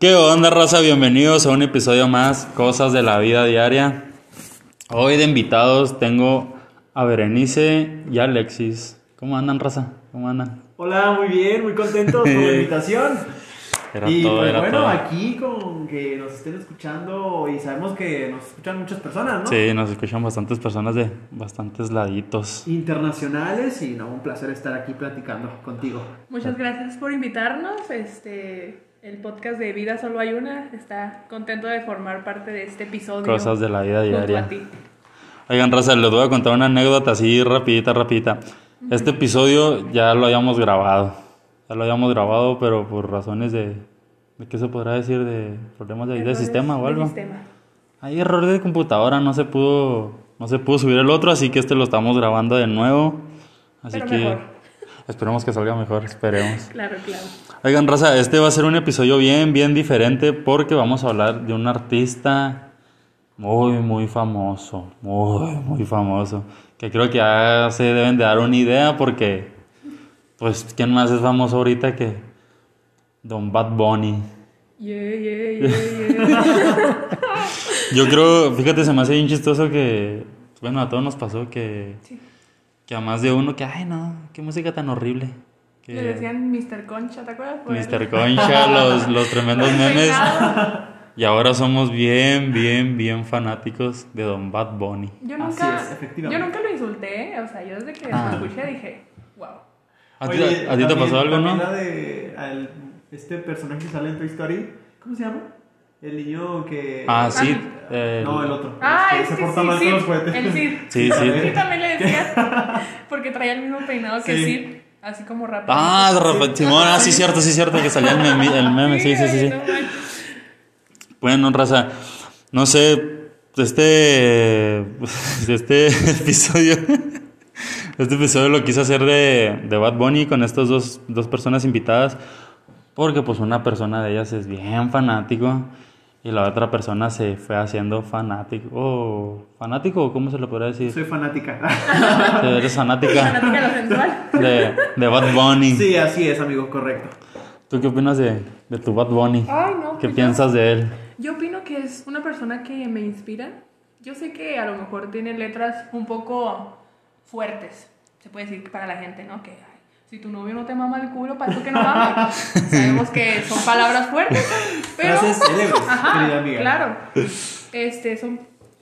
¿Qué onda, raza? Bienvenidos a un episodio más, Cosas de la Vida Diaria. Hoy de invitados tengo a Berenice y a Alexis. ¿Cómo andan, raza? ¿Cómo andan? Hola, muy bien, muy contentos por la invitación. Era y todo, pues, era bueno, todo. aquí con que nos estén escuchando y sabemos que nos escuchan muchas personas, ¿no? Sí, nos escuchan bastantes personas de bastantes laditos. Internacionales y no, un placer estar aquí platicando contigo. Muchas gracias por invitarnos. Este, el podcast de Vida Solo Hay Una está contento de formar parte de este episodio. Cosas de la vida junto diaria. a ti. Oigan, raza, les voy a contar una anécdota así rapidita, rapidita. Este episodio ya lo habíamos grabado. Ya lo habíamos grabado, pero por razones de... ¿De qué se podrá decir? ¿De problemas de, de Errores sistema o de algo? sistema. Hay error de computadora, no se pudo, no se pudo subir el otro, así que este lo estamos grabando de nuevo. Así Pero que mejor. esperemos que salga mejor, esperemos. Claro, claro. Oigan, raza, este va a ser un episodio bien, bien diferente porque vamos a hablar de un artista muy, muy famoso, muy, muy famoso, que creo que ya se deben de dar una idea porque, pues, ¿quién más es famoso ahorita que Don Bad Bunny? Yeah, yeah, yeah, yeah. Yo creo, fíjate, se me hace bien chistoso que, bueno, a todos nos pasó que, Sí. que a más de uno que, ay no, qué música tan horrible. Que Le decían Mr. Concha, ¿te acuerdas? Por Mr. el- Concha, los, los tremendos por el memes. peinado. Y ahora somos bien, bien, bien fanáticos de Don Bad Bunny. Yo Así nunca, es, efectivamente. yo nunca lo insulté, o sea, yo desde que Ah. lo escuché dije, wow. ¿A ti, Oye, a ti te también- pasó algo, también no? la de- al- este personaje que sale en Toy Story, ¿cómo se llama? El niño que... Ah, sí. eh, No, el otro. Ah, el que es que se sí, porta mal sí, con los juguetes. el Cid. Sí, sí. Yo también le decía, porque traía el mismo peinado que Sí. Sid, así como rápido. Ah, Rafa- Simón, ah, sí, cierto, sí, cierto, que salía el meme, Ah, el meme, sí, sí, sí. sí. no manches. Bueno, raza, no sé, este, este episodio, este episodio lo quise hacer de, de Bad Bunny con estas dos, dos personas invitadas, porque pues una persona de ellas es bien fanático y la otra persona se fue haciendo fanático, oh, fanático, o ¿cómo se le podría decir? Soy fanática. Eres fanática Fanática de lo sensual. de, de Bad Bunny. sí, así es, amigo, correcto. ¿Tú qué opinas de, de tu Bad Bunny? Ay, no, ¿Qué pues yo- piensas de él? Yo opino que es una persona que me inspira. Yo sé que a lo mejor tiene letras un poco fuertes, se puede decir para la gente, ¿no? Que ay, si tu novio no te mama el culo, para eso que no mames. Sabemos que son palabras fuertes, pero Frases célebres, Ajá, querida amiga. Claro. Este, son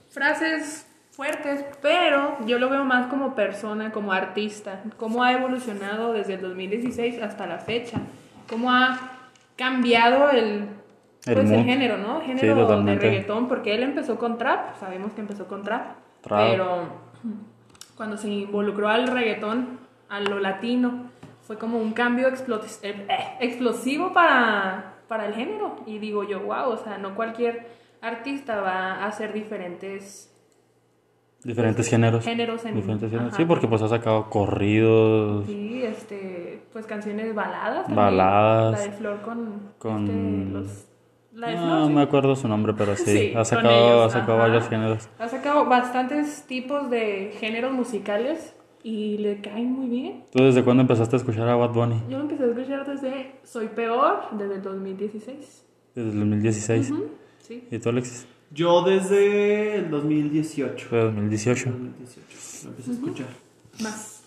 frases fuertes, pero yo lo veo más como persona, como artista, cómo ha evolucionado desde el 2016 hasta la fecha, cómo ha cambiado el, El pues, el mood. género, ¿no? Sí, Género de totalmente. reggaetón, porque él empezó con trap, sabemos que empezó con trap, Trap. pero cuando se involucró al reggaetón, a lo latino, fue como un cambio explo- eh, eh, explosivo para, para el género. Y digo yo, wow, o sea, no cualquier artista va a hacer diferentes... Diferentes géneros. Géneros en- Diferentes géneros. ajá. Sí, porque pues ha sacado corridos Sí, este, pues canciones baladas. También. Baladas. La de Flor con... con... este, los, la de Flor, no sí. me acuerdo su nombre, pero sí. Sí, ha con sacado, ellos, ha sacado ajá. varios géneros. Ha sacado bastantes tipos de géneros musicales y le caen muy bien. ¿Tú desde cuándo empezaste a escuchar a Bad Bunny? Yo lo empecé a escuchar desde Soy Peor, desde el 2016. Desde el 2016. Ujú, Sí. ¿Y tú, Alexis? Yo desde el 2018. Fue 2018. 2018. Lo empecé a escuchar. Más.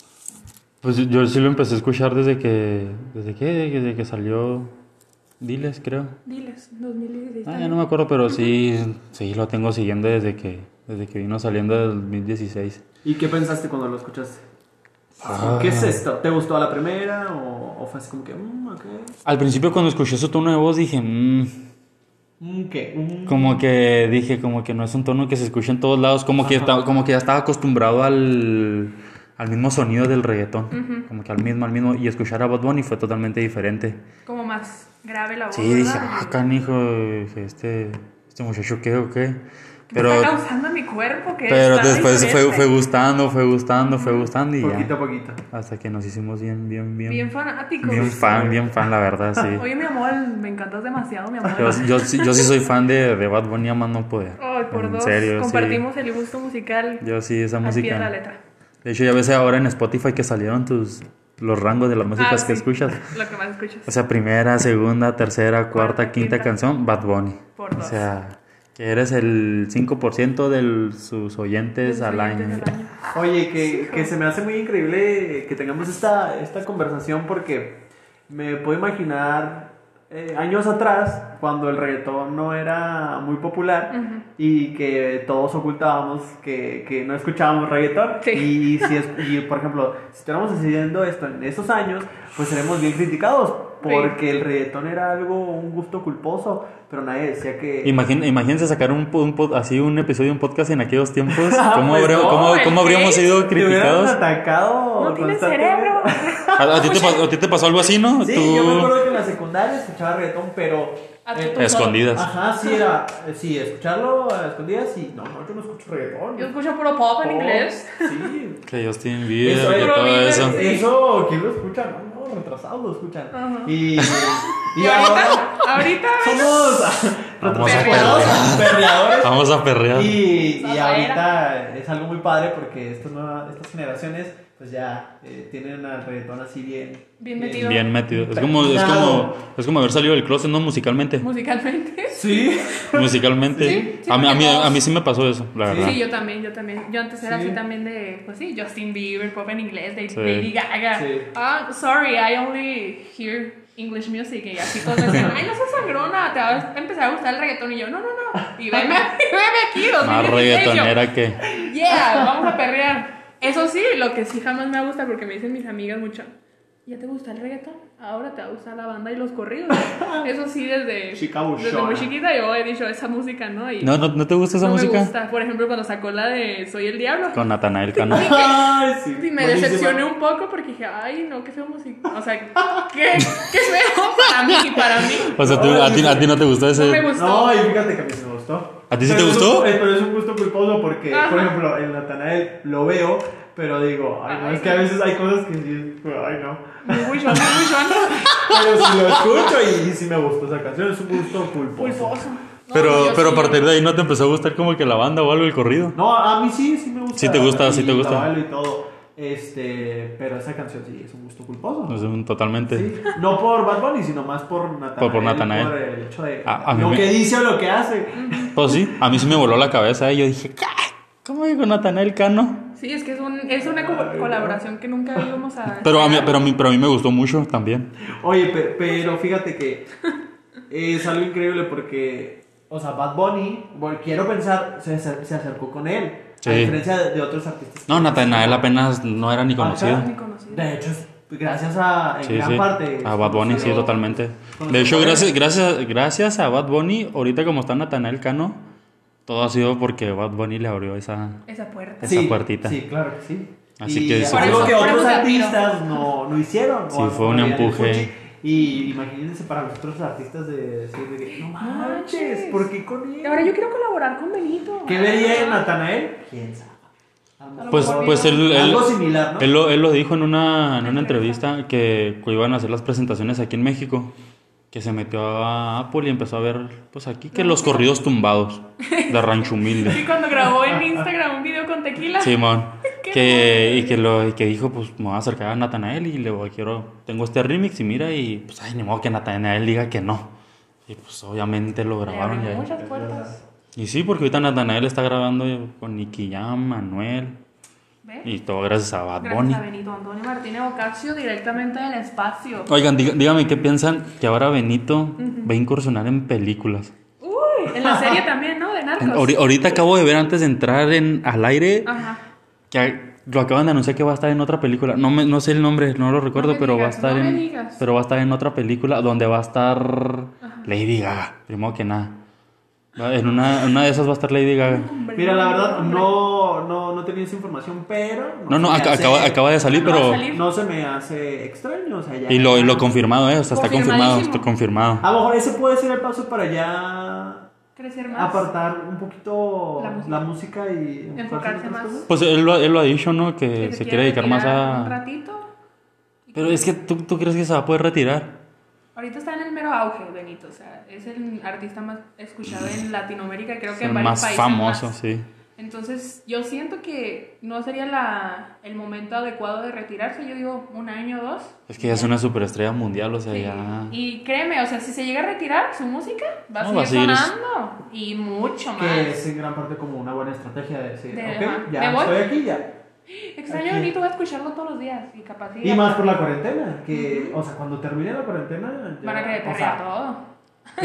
Pues yo sí lo empecé a escuchar desde que... ¿Desde qué? Desde que salió... Diles, creo. Diles, 2016. Ah, ya también. no me acuerdo, pero sí, sí lo tengo siguiendo desde que, desde que vino saliendo del 2016. ¿Y qué pensaste cuando lo escuchaste? Ah. ¿Qué es esto? ¿Te gustó a la primera o, o fue así como que, mm, ok? Al principio cuando escuché su tono de voz dije, mmm, Mm, ¿Qué? Mm. Como que dije, como que no es un tono que se escucha en todos lados, como que, ta- como que ya estaba acostumbrado al, al mismo sonido del reggaetón, como que al mismo, al mismo, y escuchar a Bad Bunny fue totalmente diferente. Como más grave la voz. Sí, dije, ¿verdad? ah, canijo, dije, este, este muchacho qué o qué, ¿Qué pero, está causando a mi cuerpo que pero está después fue, diferente? fue gustando, fue gustando, fue gustando y Poquito a ya, poquito. hasta que nos hicimos bien, bien, bien, Bien bien, fanático. fan, bien fan, la verdad, sí. Oye, mi amor, me encantas demasiado, mi amor. Yo, yo, sí- yo sí soy fan de, de Bad Bunny a más no poder. Ay, por en dos. serio, sí. Compartimos el gusto musical Yo sí, esa al pie de música. la letra. De hecho, ya ves ahora en Spotify que salieron tus, los rangos de las músicas Ah, que sí, escuchas. Lo que más escuchas. O sea, primera, segunda, tercera, cuarta, Cuarta, quinta, quinta. canción, Bad Bunny. Por O dos. sea, que eres el 5% de sus oyentes Los al oyentes año. del año. Oye, que, que se me hace muy increíble que tengamos esta, esta conversación porque me puedo imaginar eh, años atrás, cuando el reggaetón no era muy popular Ujú. y que todos ocultábamos que, que no escuchábamos reggaetón. Sí. Y, si es- y, por ejemplo, si estuviéramos haciendo esto en esos años, pues seremos bien criticados porque el reggaetón era algo, un gusto culposo, pero nadie decía que... Imagin- imagínense sacar un, po- un po- así un episodio, un podcast en aquellos tiempos. Ah, ¿Cómo, pues habría- no, cómo- el cómo habríamos hate. sido Te hubieran criticados? atacado. No tienes constantemente. cerebro. ¿A, a ti te, pas- a ti te pasó algo así, no? Sí, Tú- yo me acuerdo que en la secundaria escuchaba reggaetón, pero. A eh, tu- Escondidas. Ah. ajá, sí, era. eh, Sí, escucharlo a escondidas y. No, no, yo no escucho reggaetón. Yo escucho puro pop en Oh, inglés. Sí. Que Justin Bieber, Eso que es todo horrible, eso. sí. Eso, ¿quién lo escucha? No, no, retrasados lo escuchan. Ajá. Y. Y ahorita, ahorita. Somos. Vamos a retrasados, perreadores. Vamos a perrear. Y, y Esa ahorita es algo muy padre porque estas, nuevas, estas generaciones, pues ya eh, tienen al reggaetón así bien. Bien metido. Bien metido. Es como, es como, es como haber salido del closet, ¿no? Musicalmente. Musicalmente. Sí. Musicalmente. Sí, sí, a, mí, a, mí, porque a mí sí me pasó eso, la verdad. Sí, yo también, yo también. Yo antes era Sí. así también de, pues sí, Justin Bieber, pop en inglés, de Sí. Lady Gaga. Sí. Ah, sorry, I only hear English music. Y así todos me decían, ay, no seas sangrona, te va a empezar a gustar el reggaetón. Y yo, no, no, no. Y veme, y veme aquí, Más 2016, yo, reggaetonera que. Yeah, vamos a perrear. Eso sí, lo que sí jamás me gusta porque me dicen mis amigas mucho. ¿Ya te gusta el reggaetón? Ahora te va a gustar la banda y los corridos. Eso sí, desde, Chica desde buchona. muy chiquita yo he dicho esa música, ¿no? Y ¿No, no, no te gusta esa no música? me gusta. Por ejemplo, cuando sacó la de Soy el Diablo. Con Natanael Cano. Ay, sí. Y me Buenísima. decepcioné un poco porque dije, ay, no, qué feo música. O sea, qué, qué feo para mí, para mí. O sea, tú- a, ti, a ti no te gustó No me ese. gustó. No, y fíjate que a mí sí me gustó. ¿A ti sí Pero te es gustó? un- eh, pero es un gusto culposo porque, Ajá. por ejemplo, el Natanael lo veo, pero digo, ay, no, Ay, es que a veces hay cosas que sí, pues, ay, no. Muy buchón, muy buchón. Pero si lo escucho y, y sí me gustó esa canción, es un gusto culposo. Pulposo. No, Pero, yo pero sí. a partir de ahí no te empezó a gustar como que la banda o algo, el corrido. No, a mí sí, sí me gusta. Sí te gusta, sí Y te gusta. la bailo y todo. Este, pero esa canción sí es un gusto culposo. O sea, Totalmente. Sí, No por Bad Bunny, sino más por Natanael. Por- por Natanael. Ah, por el hecho de A- a mí lo me- que dice o lo que hace. Pues sí, a mí sí me voló la cabeza. Y yo dije, ¿qué? ¿Cómo digo Natanael Cano? Sí, es que es, un, es una co- colaboración que nunca íbamos a. Pero a, mí, pero, a mí, pero a mí me gustó mucho también. Oye, pe- pero, fíjate que es algo increíble porque, o sea, Bad Bunny, bueno, quiero pensar, se, acer- se acercó con él. Sí. A diferencia de, de otros artistas. No, Natanael apenas no era ni Ajá. conocido. Ni conocido. De hecho, es gracias a, en Sí, gran sí. parte. A Bad Bunny, sí, conocido. totalmente. Conocido. De hecho, gracias, gracias, gracias a Bad Bunny, ahorita como está Natanael Cano, todo ha sido porque Bad Bunny le abrió esa. Esa puerta. esa Sí, puertita. Sí, claro que sí. Así Y que sí. algo Por que eso- otros por eso te admiro. artistas no, no hicieron. o Sí, no fue un habían empuje. hecho. Y imagínense para nosotros los artistas de decir, de que, no manches, manches. ¿por qué con él? Ahora yo quiero colaborar con Benito. ¿Qué vería en Natanael? ¿Quién sabe? A lo mejor Pues, Bad pues Bunny. él, él, Algo similar, ¿no? él lo, él lo dijo en una, en una entrevista que iban a hacer las presentaciones aquí en México. Que se metió a Apple y empezó a ver, pues aquí, que los corridos tumbados de Rancho Humilde. Sí, cuando grabó en Instagram un video con tequila. Simón. Qué que, y que, lo, y que dijo, pues me voy a acercar a Natanael y le voy, quiero, tengo este remix y mira, y pues, ay, ni modo que Natanael diga que no. Y pues obviamente lo Le grabaron. abrió Y, ahí- muchas puertas. y sí, porque ahorita Natanael está grabando con Nicky Jam, Manuel, ¿Ves? y todo gracias a Bad Gracias Bunny. a Benito Antonio Martínez Ocasio directamente del espacio. Oigan, diga- dígame qué piensan que ahora Benito va a incursionar en películas. Uy, en la serie también, ¿no? De En- Narcos. ahori- ahorita acabo de ver antes de entrar en, al aire Ajá. que a- lo acaban de anunciar que va a estar en otra película. No, me- no sé el nombre, no lo recuerdo, me pero digas, va a estar no me en digas. pero va a estar en otra película donde va a estar Lady Gaga, primero que nada. Va- En una, en una de esas va a estar Lady Gaga. Mira, la verdad, no, no, no tenía esa información, pero. No, no, se me aca- hace- acaba, acaba de salir, Acaba de pero salir. No se me hace extraño, o sea, ya. y lo, y lo confirmado, eh, o sea, está confirmado, Confirmadísimo. está confirmado. A lo mejor ese puede ser el paso para ya. Crecer más. Apartar un poquito La música. la música, y. Enfocarse en otras más. cosas. Pues él lo, él lo ha dicho, ¿no? Que se quiere dedicar más retirar Un a ratito. Pero es que tú, tú crees que se va a poder retirar. Ahorita está en el mero auge, Benito. O sea, es el artista más escuchado en Latinoamérica, creo que El en varios más países. famoso, más. sí. Entonces, yo siento que no sería la, el momento adecuado de retirarse, yo digo un año o dos. Es que ya es una superestrella mundial, o sea, Sí. ya. Y créeme, o sea, si se llega a retirar su música, va No, va a a seguir seguir- sonando. Y mucho más. Que es en gran parte como una buena estrategia de decir, De- ajá. ok, ya ¿Me voy? estoy aquí ya. Extraño Aquí. bonito, voy a escucharlo todos los días. Y capaz sí, Y más por la cuarentena, que, o sea, cuando termine la cuarentena... ya- van a querer o sea, perrear todo.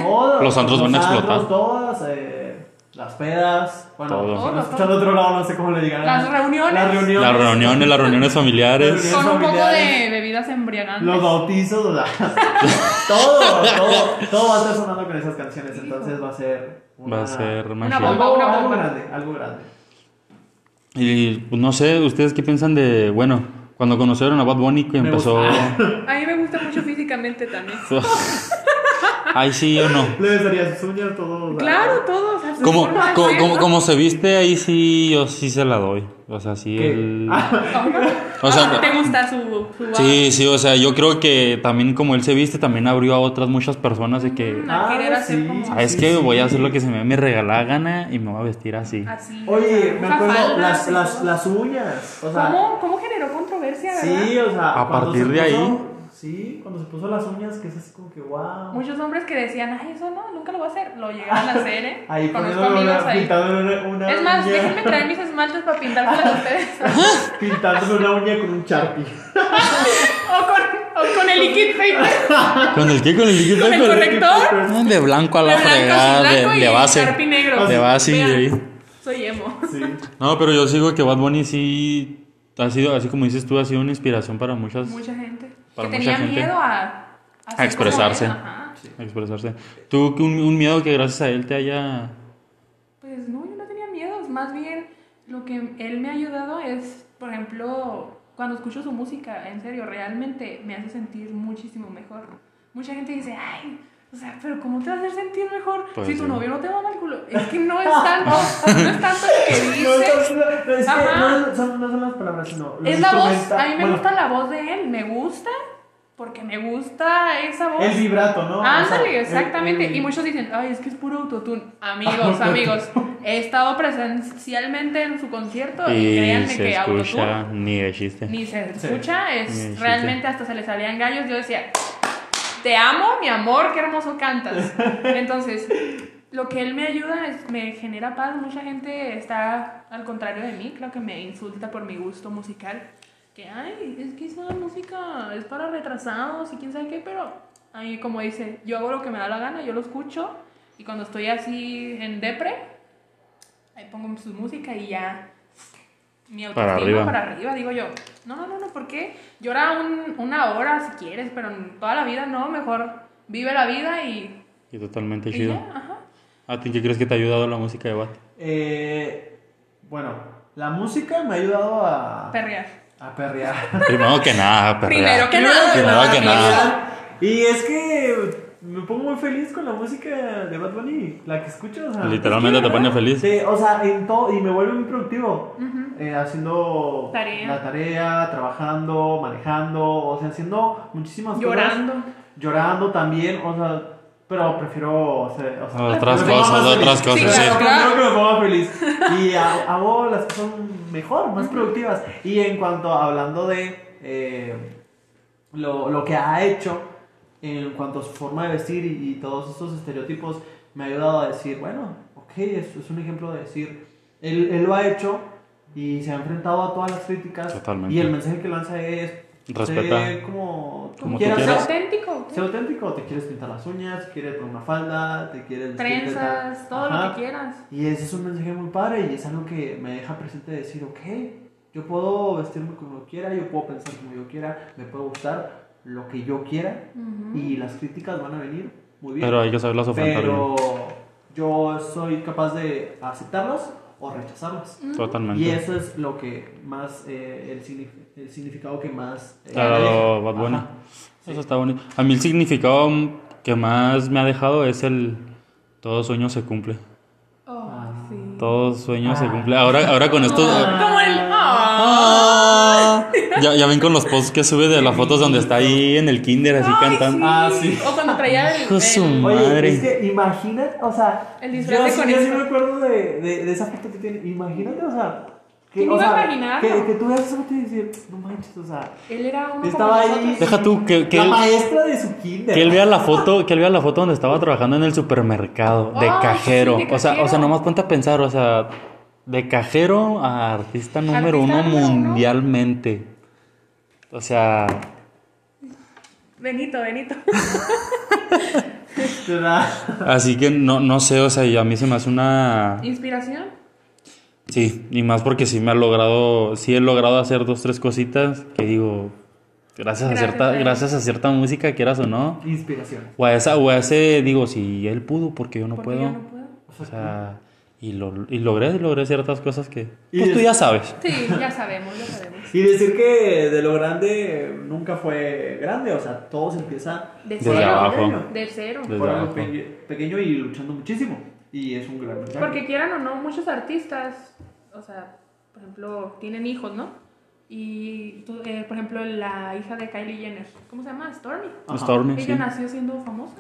todos. Los antros van a explotar. todas, eh, las pedas, bueno, Todo. están escuchando otro lado, no sé cómo le llegarán. Las reuniones. Las reuniones. Las reuniones, las reuniones familiares. Reuniones. Con un poco familiares. de bebidas embriagantes. Los bautizos, o sea, todo, todo, todo va a estar sonando con esas canciones, entonces va a ser... Va a ser magia. bomba. Algo, Una algo bomba. grande, algo grande. Y pues, no sé, ¿ustedes qué piensan de, bueno, cuando conocieron a Bad Bunny que Me empezó... A mí me gusta mucho físicamente también. Ay, sí o no. Le besaría sus uñas, todo. o sea, Claro, todos. a su Como, forma de como, ser, como, ¿no? como se viste, ahí sí, yo sí se la doy. O sea, sí, ¿Qué? el... Ah. Ojo. O sea, Ah, ¿Te gusta su, su Sí, sí, o sea, yo creo que también como él se viste, también abrió a otras muchas personas de que... Mm. a querer hacer como- Ah, es sí, que sí. voy a hacer lo que se me, me regala gana y me voy a vestir así. Así. Oye, me usa acuerdo, faldas las, y las, todo. las uñas. O sea, ¿Cómo, cómo generó controversia, verdad? Sí, o sea. A cuando partir se de puso- ahí. Sí, cuando se puso las uñas, que es así como que wow. Muchos hombres que decían, ay, eso no, nunca lo voy a hacer. Lo llegaron a hacer, ¿eh? Ahí Conozco poniéndole amigos una, ahí. pintándole una, una Es más, uña, déjenme traer mis esmaltes para pintárselas a ustedes. pintándole una uña con un charpie. o, con, o con el liquid paper, ¿Con el qué? ¿Con el líquido? con Ah. el corrector. De blanco a la de blanco, fregada, sin blanco de, y de base. Sharpie negro. De base y Vean, ahí. Soy emo. Sí. No, pero yo sigo que Bad Bunny sí ha sido, así como dices tú, ha sido una inspiración para muchas Mucha gente. Para que mucha tenía gente. miedo a... A, hacer expresarse. como él, ajá. a expresarse. ¿Tú que un, un miedo que gracias a él te haya... Pues no, yo no tenía miedos. Más bien, lo que él me ha ayudado es, por ejemplo, cuando escucho su música, en serio, realmente me hace sentir muchísimo mejor. Mucha gente dice, ay, o sea, pero ¿cómo te vas a hacer sentir mejor Pues si tu sí. novio no te mama el culo? Es que no es tanto, no es tanto lo que No, dice. no, no, es que Ajá. no, son, no son las palabras, sino. los Es la voz, instrumenta- a mí me bueno, gusta la voz de él, me gusta, porque me gusta esa voz. El vibrato, ¿no? O sea, Ándale, el- exactune. el- Y muchos dicen, ay, es que es puro autotune. Eh, Amigos, amigos, he estado presencialmente en su concierto y, Y créanme eh, se que escucha autotune ni de chiste. ni se Sí. escucha, Ni es existe. realmente hasta se le salían gallos. Yo decía, te amo, mi amor, qué hermoso cantas. Entonces, lo que él me ayuda es, me genera paz. Mucha gente está al contrario de mí, creo que me insulta por mi gusto musical. Que, ay, es que esa música es para retrasados y quién sabe qué, pero a mí, como dice, yo hago lo que me da la gana, yo lo escucho y cuando estoy así en depre, ahí pongo su música y ya mi autoestima para arriba. arriba. digo yo. No, no, no, no, ¿por qué? Llora un- una hora si quieres, pero en toda la vida no, mejor vive la vida y, Y totalmente y chido. ya, ajá. ¿A ti qué crees que te ha ayudado la música de Bad? Eh, bueno, la música me ha ayudado a. Perrear. a perrear. Primero que nada, perrea. Primero que Primero nada. que nada, que nada. Y es que me pongo muy feliz con la música de Bad Bunny, la que escucho. O sea, pues, Literalmente te pone feliz. Sí, o sea, en todo, y me vuelve muy productivo. eh, haciendo Tarea. la tarea, trabajando, manejando, o sea, haciendo muchísimas cosas. Llorando. Llorando también, o sea, pero prefiero. O sea, o sea, Otras me pongo cosas, más feliz. otras Sí, cosas, claro. sí. Creo que me pongo feliz. Y ha- hago las cosas mejor, más productivas. Y en cuanto a- hablando de eh, lo, lo que ha hecho, en cuanto a su forma de vestir y, y todos estos estereotipos, me ha ayudado a decir, bueno, ok, es, es un ejemplo de decir, él, él lo ha hecho y se ha enfrentado a todas las críticas. Totalmente. Y el mensaje que lanza es, Respeta. sé como tú Como tú quieras Ser quieras. ser. auténtico. Ser auténtico, te quieres pintar las uñas, quieres poner una falda, te quieres... vestir de tal. Trenzas, todo Ajá. lo que quieras. Y ese es un mensaje muy padre y es algo que me deja presente de decir, ok, yo puedo vestirme como yo quiera, yo puedo pensar como yo quiera, me puedo gustar lo que yo quiera Ujú. y las críticas van a venir muy bien. Pero hay que saberlas ofender bien. pero yo soy capaz de aceptarlas o rechazarlas. Mm. Totalmente. Y eso es lo que más, eh, el, signif- el significado que más... eh, Te ha dado deja. Bad Bunny. Ajá. Eso está bonito. A mí el significado que más me ha dejado es el todo sueño se cumple. Oh, Ah. sí. Todo sueño se cumple. Ahora, ahora con esto. Ah, Como el... ah. Ah. ya, ya ven con los posts que sube de las fotos donde está ahí en el kinder así Ay, cantando. Ah, sí. O cuando traía el- Hijo su el- Oye, Madre. es que imagínate, o sea, El disfraz de yo, sí- yo conejo. sí me acuerdo de, de, de esa foto que tiene. Imagínate, o sea, que, ¿Quién o iba a sea, imaginarlo? que, que tú veas esa foto y decir, no manches, o sea, Él era uno Estaba como ahí. nosotros. Deja tú que, que la él, maestra de su kinder. que él vea la foto, que él vea la foto donde estaba trabajando en el supermercado, de Ah, cajero. sí, de O sea, o sea, cajero. nomás ponte a pensar, o sea, de cajero a artista número Artista uno número uno. mundialmente. O sea, Benito, Benito. ¿verdad? así que no, no sé, o sea, y a mí se me hace una ¿Inspiración? Sí, y más porque sí me ha logrado, sí he logrado hacer dos, tres cositas que digo, gracias, a Gracias cierta, a él. gracias a cierta música, quieras o no. Inspiración. O a esa, o a ese, digo, si él pudo, porque yo no Porque puedo. yo no puedo. O sea, y, lo, y logré, logré ciertas cosas que, Y pues tú es- ya sabes. Sí, ya sabemos, ya sabemos. Y decir que de lo grande nunca fue grande, o sea, todo se empieza De Desde cero. abajo. De cero. Desde por algo abajo. peque- pequeño y luchando muchísimo. Y es un gran mensaje. Porque quieran o no, muchos artistas, o sea, por ejemplo, tienen hijos, ¿no? Y, tú- eh, por ejemplo, la hija de Kylie Jenner, ¿cómo se llama? Stormy. Ajá. Stormy, sí. Ella nació siendo famosa.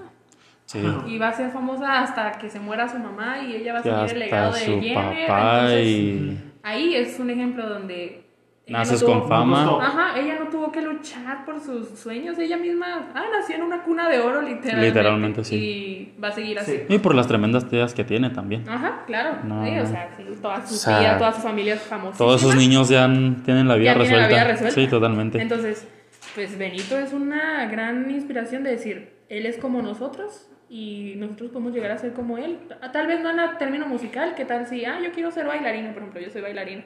Sí. Ajá. Y va a ser famosa hasta que se muera su mamá y ella va a Ya seguir el está legado de su Jenner. papá entonces, y Ahí es un ejemplo donde... ella naces no tuvo- con fama. costó. Ajá, ella no tuvo que luchar por sus sueños, ella misma, ah, nació en una cuna de oro literalmente. Literalmente, sí. Y va a seguir así. Sí. Y por las tremendas teas que tiene también. Ajá, claro. No, sí, no. o sea, sí, todas sus O sea, tías, todas sus familias famosas. Todos esos niños ya han- tienen la vida, Ya tienen la resuelta. vida resuelta. Sí, totalmente. Entonces, pues Benito es una gran inspiración de decir, él es como nosotros y nosotros podemos llegar a ser como él. Ah, Tal vez no en el término musical, ¿qué tal si, ah, yo quiero ser bailarina, por ejemplo, yo soy bailarina.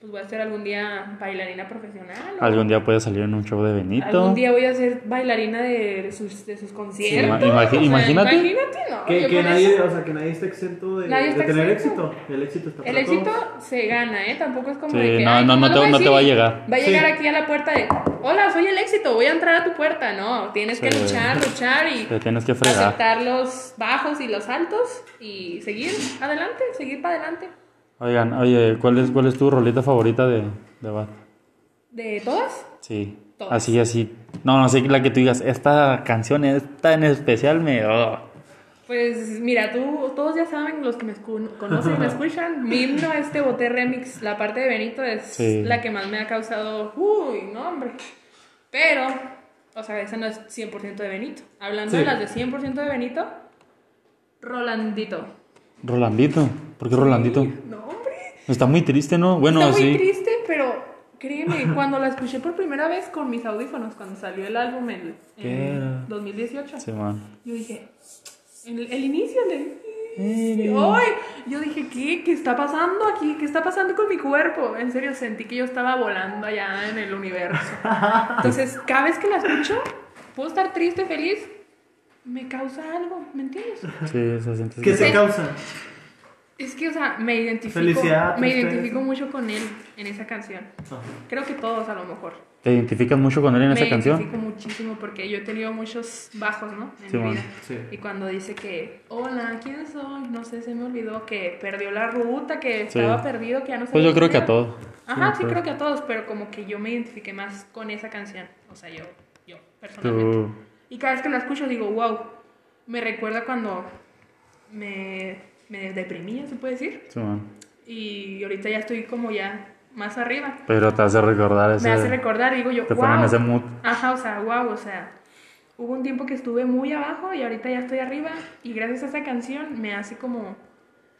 Pues voy a ser algún día bailarina profesional. o Algún día puede salir en un show de Benito. Algún día voy a ser bailarina de sus, de sus conciertos. Sí, ima- o sea, imagínate. Imagínate, no. Que, yo que con nadie, eso- o sea, que nadie está exento de, Nadie de está tener exento. éxito. El éxito está El para éxito todos. se gana, ¿eh? Tampoco es como Sí, de que, no, "Ay, no, no nomás te- voy no te va a ir". llegar. Va a llegar Sí. aquí a la puerta de, hola, soy el éxito, voy a entrar a tu puerta. No, tienes que Sí. luchar, luchar y Te tienes que fregar. aceptar los bajos y los altos y seguir adelante, seguir para adelante. Oigan, oye, ¿cuál es, cuál es tu rolita favorita de, de Bat? ¿De todas? Sí. Todas. Así, así. No, no sé, la que tú digas, esta canción, esta en especial me... oh". Pues mira, tú, todos ya saben, los que me escu- conocen y me escuchan, mi himno a este Boté Remix, la parte de Benito es Sí. la que más me ha causado, uy, no hombre. Pero, o sea, esa no es 100% de Benito. Hablando Sí. de las de 100% de Benito, Rolandito. Rolandito. ¿Por qué Rolandito? No hombre, Está muy triste, ¿no? Bueno, está muy sí. triste, pero créeme, cuando la escuché por primera vez con mis audífonos, cuando salió el álbum en, en ¿Qué era? 2018, Sí, man. yo dije, en el, el inicio de... ¡Ay! Yo dije, ¿qué? ¿Qué está pasando aquí? ¿Qué está pasando con mi cuerpo? En serio, sentí que yo estaba volando allá en el universo. Entonces, cada vez que la escucho, puedo estar triste, feliz, me causa algo, ¿me entiendes? Sí, se siente... ¿Qué se Sí. causa? Es que, o sea, me identifico, Felicidad, me tristeza. identifico mucho con él en esa canción. Creo que todos a lo mejor. ¿Te identificas mucho con él en me esa canción? identifico muchísimo porque yo he tenido muchos bajos, ¿no? En Sí, mi bueno, vida. sí. Y cuando dice que, hola, ¿quién soy? No sé, se me olvidó que perdió la ruta, que Sí. estaba perdido, que ya no sabía Pues yo qué creo que a era. todos. Ajá, sí, yo creo que a todos, pero como que yo me identifiqué más con esa canción. O sea, yo, yo, personalmente. Tú... Y cada vez que la escucho digo, wow, me recuerda cuando me, me deprimía, se puede decir. Sí, man. Y ahorita ya estoy como ya más arriba. Pero te hace recordar ese... Me hace recordar, digo yo, Te wow. ponen ese mood. Ajá, o sea, wow, o sea, hubo un tiempo que estuve muy abajo y ahorita ya estoy arriba. Y gracias a esa canción me hace como,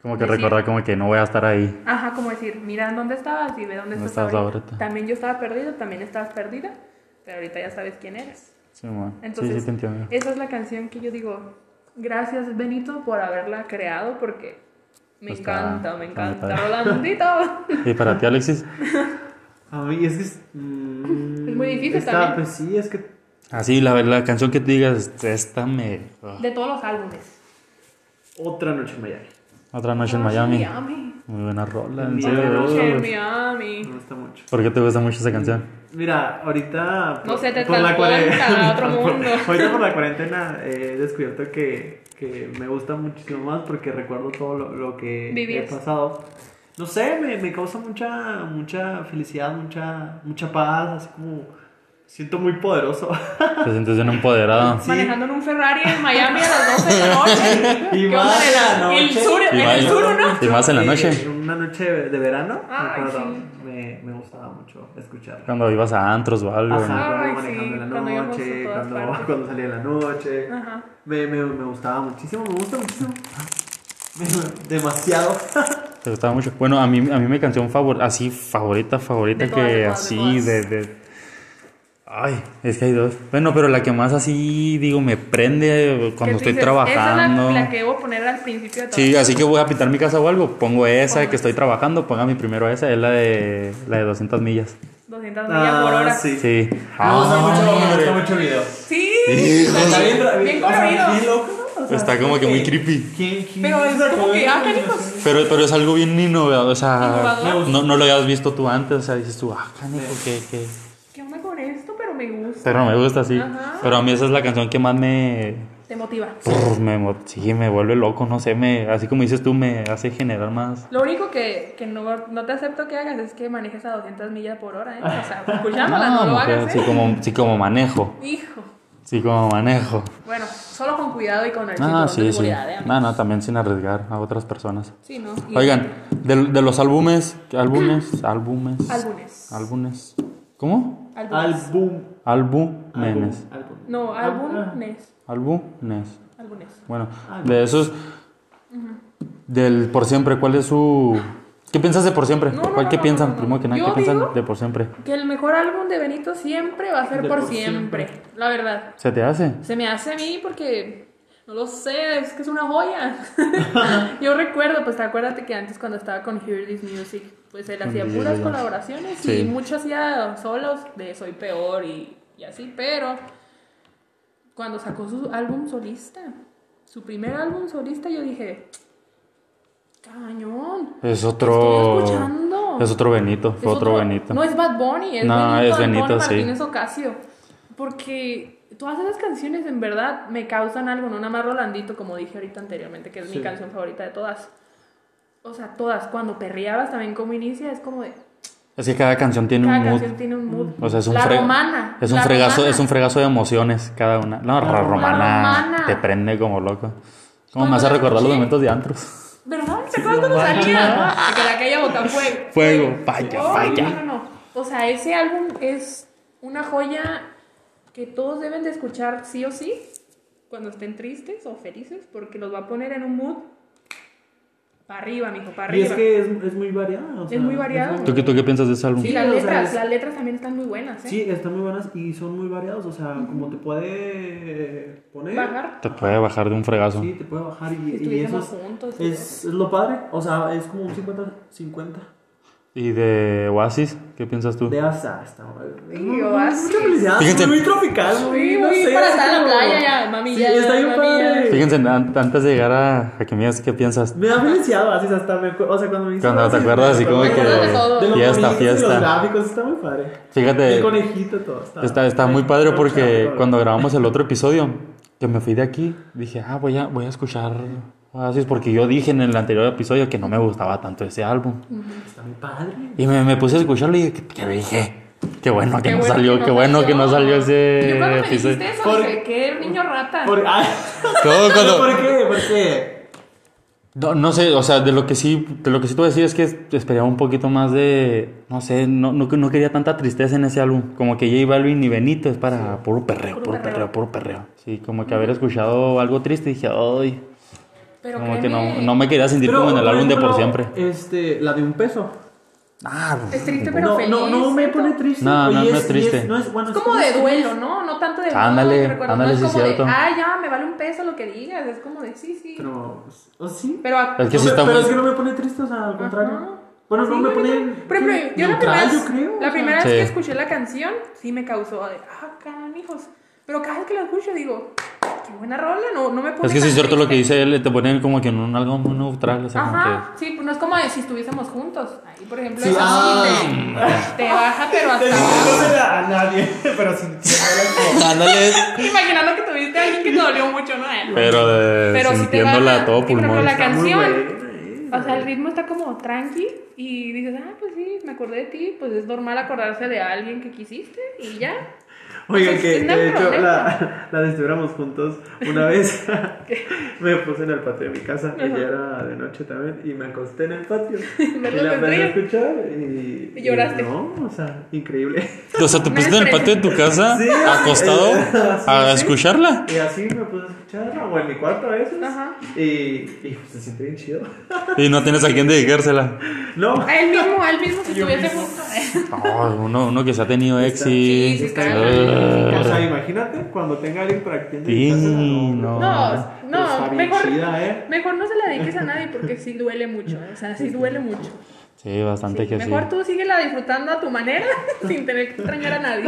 Como que Decir- recordar como que no voy a estar ahí. ajá, como decir, mira en dónde estabas y ve ¿Dónde dónde estás estás ahorita. ahorita? También yo estaba perdida, también estabas perdida, pero ahorita ya sabes quién eres. Sí, man. Entonces, eh. sí, sí, te entiendo. esa es la canción que yo digo, gracias Benito por haberla creado porque me Pues está- encanta, me está muy encanta. padre. Rolandito. ¿Y para ti, Alexis? A mí es que es, mm, Es muy difícil está- también. Pues sí, es que Así, Ah, la, la canción que te digas, este, esta me... ah. De todos los álbumes. otra noche en Miami. Otra noche en Miami. Miami. Muy buena rola, en Miami. serio. Otra Noche en Uy. Miami. Me gusta mucho. ¿Por qué te gusta mucho esa canción? Mira, ahorita. No sé, te cuaren- transporta a otro mundo. ahorita por la cuarentena he descubierto que, que me gusta muchísimo más porque recuerdo todo lo, lo que Vivías. he pasado. No sé, me, me causa mucha, mucha felicidad, mucha, mucha paz, así como siento muy poderoso. Te sientes bien empoderado. Sí. Manejando en un Ferrari en Miami a las 12 de la noche. Y ¿Qué más onda en la en noche. la- el sur, Y en más- el sur, ¿no? Y más en la Eh, noche. Una noche de verano, me Ay, acuerdo, sí. me, me gustaba mucho escucharla. Cuando ibas a antros o algo. ¿no? Ajá, cuando Ay, iba manejando sí, en cuando la íbamos a noche, todas cuando, partes. cuando salía en la noche. Ajá. Me, me, me gustaba muchísimo, me gusta muchísimo. Me- demasiado. Te gustaba mucho. Bueno, a mí, a mí mi canción favor, así favorita, favorita De que todas, de todas, de así de, todas. de- Ay, es que hay dos. Bueno, pero la que más así, digo, me prende cuando Que tú estoy dices, trabajando. Esa es la, la que debo poner al principio de todo. Sí, así que voy a pintar mi casa o algo, pongo esa Pongo que estoy trabajando, póngame primero esa, es la de la de 200 millas. 200 millas por Ah, hora. sí. Sí. Me gusta mucho, me Ah, hombre. gusta mucho el video. Sí, Hijo, está sí. bien, tra- bien o sea, bien colorido. loco, ¿no? O sea, Está como que muy ¿quién- creepy. quién- quién Pero es sacó como que, esa ah, canijos. canción? Pero, pero es algo bien innovador, o sea, Innovador. no, no lo habías visto tú antes, o sea, dices tú, ah, canijo, qué, qué. ¿Qué onda con esto? Pero me gusta. Pero me gusta así. Ajá. Pero a mí esa es la canción que más me, Te motiva. Prr, me, mo- sí, me vuelve loco, no sé, me, así como dices tú, me hace generar más. Lo único que, que no, no te acepto que hagas es que manejes a 200 millas por hora, ¿eh? O sea, escuchándola no, lo mujer, hagas, sí, ¿eh? como, sí, como manejo, Hijo. sí, como manejo. Bueno, solo con cuidado y con el cinturón Ah, de sí, sí. seguridad, ¿eh? No, no, también sin arriesgar a otras personas. Sí, ¿no? Y- Oigan, de, de los álbumes, álbumes, álbumes, Álbumes. álbumes, ¿cómo? Álbumes. Álbum. Álbumes, álbum. No, álbumes. álbumes. Álbumes. Bueno, de esos, del por siempre, ¿cuál es su...? ¿Qué piensas de por siempre? No, no, ¿Cuál- no, ¿Qué no, piensan, no, no. primo que nada? Yo ¿Qué digo- piensan de por siempre? Que el mejor álbum de Benito siempre va a ser De por, por siempre. La verdad. ¿Se te hace? Se me hace a mí porque. No lo sé, es que es una joya. Yo recuerdo, pues acuérdate que antes cuando estaba con Hear This Music, pues él Con hacía DJ puras Reyes. colaboraciones Sí. y mucho hacía solos de Soy Peor y, y así, pero cuando sacó su álbum solista, su primer álbum solista, yo dije, cañón, Es otro. Estoy escuchando. Es otro Benito, Es fue otro, Benito. No es Bad Bunny, es No, Benito, es Benito, Antonio sí. Martínez Ocasio. Porque todas esas canciones en verdad me causan algo, no nada más Rolandito, como dije ahorita anteriormente, que es Sí. mi canción favorita de todas. O sea, todas, cuando perreabas también como inicia, es como de... Es que cada canción tiene Cada un mood. canción tiene un mood. O sea, es un, la fre- romana. es un la fregazo, romana. es un fregazo de emociones cada una. No, la, La romana, romana. te prende como loco. Como me Cuando hace la recordar los escuché. momentos de antros. ¿Verdad? ¿Te acuerdas cuando salía? De Que la calle botan fuego. Fuego, vaya, Ay, vaya. No, no, no. O sea, ese álbum es una joya que todos deben de escuchar sí o sí cuando estén tristes o felices porque los va a poner en un mood para arriba, mijo, para Y arriba. es que es, es muy variado. o Es sea, muy variado. ¿Tú, qué- tú qué piensas de ese álbum? Y Sí, las o sea, letras, es- las letras también están muy buenas, ¿eh? Sí, están muy buenas y son muy variados. O sea, como te puede poner. Bajar. Te puede bajar de un fregazo. Sí, te puede bajar y, y eso Estuviésemos es, juntos. y es, es lo padre. O sea, es como un 50-50. ¿Y de Oasis? ¿qué piensas tú? De hasta hasta. Es Y muy- yo, muy- así. mucha felicidad. Fíjense. Muy tropical. Sí, no muy sé, para así estar en la como- playa ya, mami, Sí, ya, está bien mami, ya. padre. Fíjense, an- antes de llegar a, a que me digas qué piensas. Me da felicidad, así hasta me acuerdo. O sea, cuando me dice. Cuando te acuerdas, así como Me que. acuerdo de todo. De los Fiesta, bonitos y los fiesta. gráficos, está muy padre. Fíjate. El conejito, todo. Está, Está, está muy padre porque Claro. cuando grabamos el otro episodio, que me fui de aquí, dije, ah, voy a, voy a escuchar Oasis porque yo dije en el anterior episodio que no me gustaba tanto ese álbum. Está muy padre. Y me, me puse a escucharlo y dije, ¿qué dije? Qué bueno que Qué no bueno salió, qué bueno que no salió Yo cuando ese me episodio. dijiste eso, Por- dije, qué niño rata. Por, ay, Todo cuando- ¿Por qué? ¿Por qué? No, no sé, o sea, de lo que sí, de lo que sí te voy a decir es que esperaba un poquito más de, no sé, no, no, no quería tanta tristeza en ese álbum, como que J Balvin y Benito es para puro perreo, Puro puro perreo. perreo, puro perreo. Sí, como que haber escuchado algo triste dije, ay, Pero como que créeme, no, no me quería sentir como en el por álbum de por ejemplo, pues. siempre. Este, la de un peso. Ah, Es triste, pero no, feliz. no, no me ¿cierto? pone triste. No, güey, no, y no es y triste. no es, bueno, Es es como de duelo, ¿no? No tanto de duelo. Ándale, que recuerdo, ándale, no es sí es como de, cierto. ah, ya, me vale un peso lo que digas. Es como de, sí, sí. Pero, Pero, o sí. a- Es que sí No, está pero muy- es que no me pone triste, o sea, al contrario. Ajá. Ah, Bueno, no Sí, me yo pone. creo- Por ejemplo, yo la primera, neutral, vez, yo creo, o la sea. primera vez Sí. que escuché la canción, sí me causó de, ah, canijos. Pero cada vez que la escucho digo, qué buena rola, no, no me pone es que sí tan es cierto lo que triste. dice él, te ponen como que en un algo muy neutral, o sea, como Ajá, sí, pues no es como de si estuviésemos juntos. Ahí, por ejemplo, Sí, esa ah. sí te, te baja, pero Te digo, hasta... No se la- a nadie, pero sin que... Ándale. Imaginando que tuviste a alguien que te dolió mucho, ¿no? Pero, de- Pero sí te sintiéndola baja. a todo Sí, por ejemplo, pulmón. la can- Muy Canción. buena. O sea, el ritmo está como tranqui y dices, ah, pues sí, me acordé de ti, pues es normal acordarse de alguien que quisiste y ya. Oigan, Pues, que, es que no de hay hecho la, problema. la desfiguramos juntos una vez. me puse en el patio de mi casa, que Ajá. ya era de noche también, y me acosté en el patio. ¿Me y lo la empecé a encontré? escuchar y. Y lloraste. no, o sea, increíble. O sea, te Una pusiste en el patio experiencia. de tu casa, Sí. acostado, a escucharla. Y así me puse a escuchar, o en mi cuarto a veces. Ajá. Y, y pues, se siente bien chido. Y no tienes a quién dedicársela. No, A él mismo, a él mismo, si Yo estuviese mismo. junto. No, uno, uno que se ha tenido ex Sí, y... sí, está Ah. o sea, imagínate cuando tenga alguien para quien Sí, dedicársela, no. No, pues Está no, bien mejor, chida, ¿eh? mejor no se la dediques a nadie porque sí duele mucho. O sea, sí duele mucho. Sí, bastante que sí. Mejor tú síguela disfrutando a tu manera sin tener que extrañar a nadie.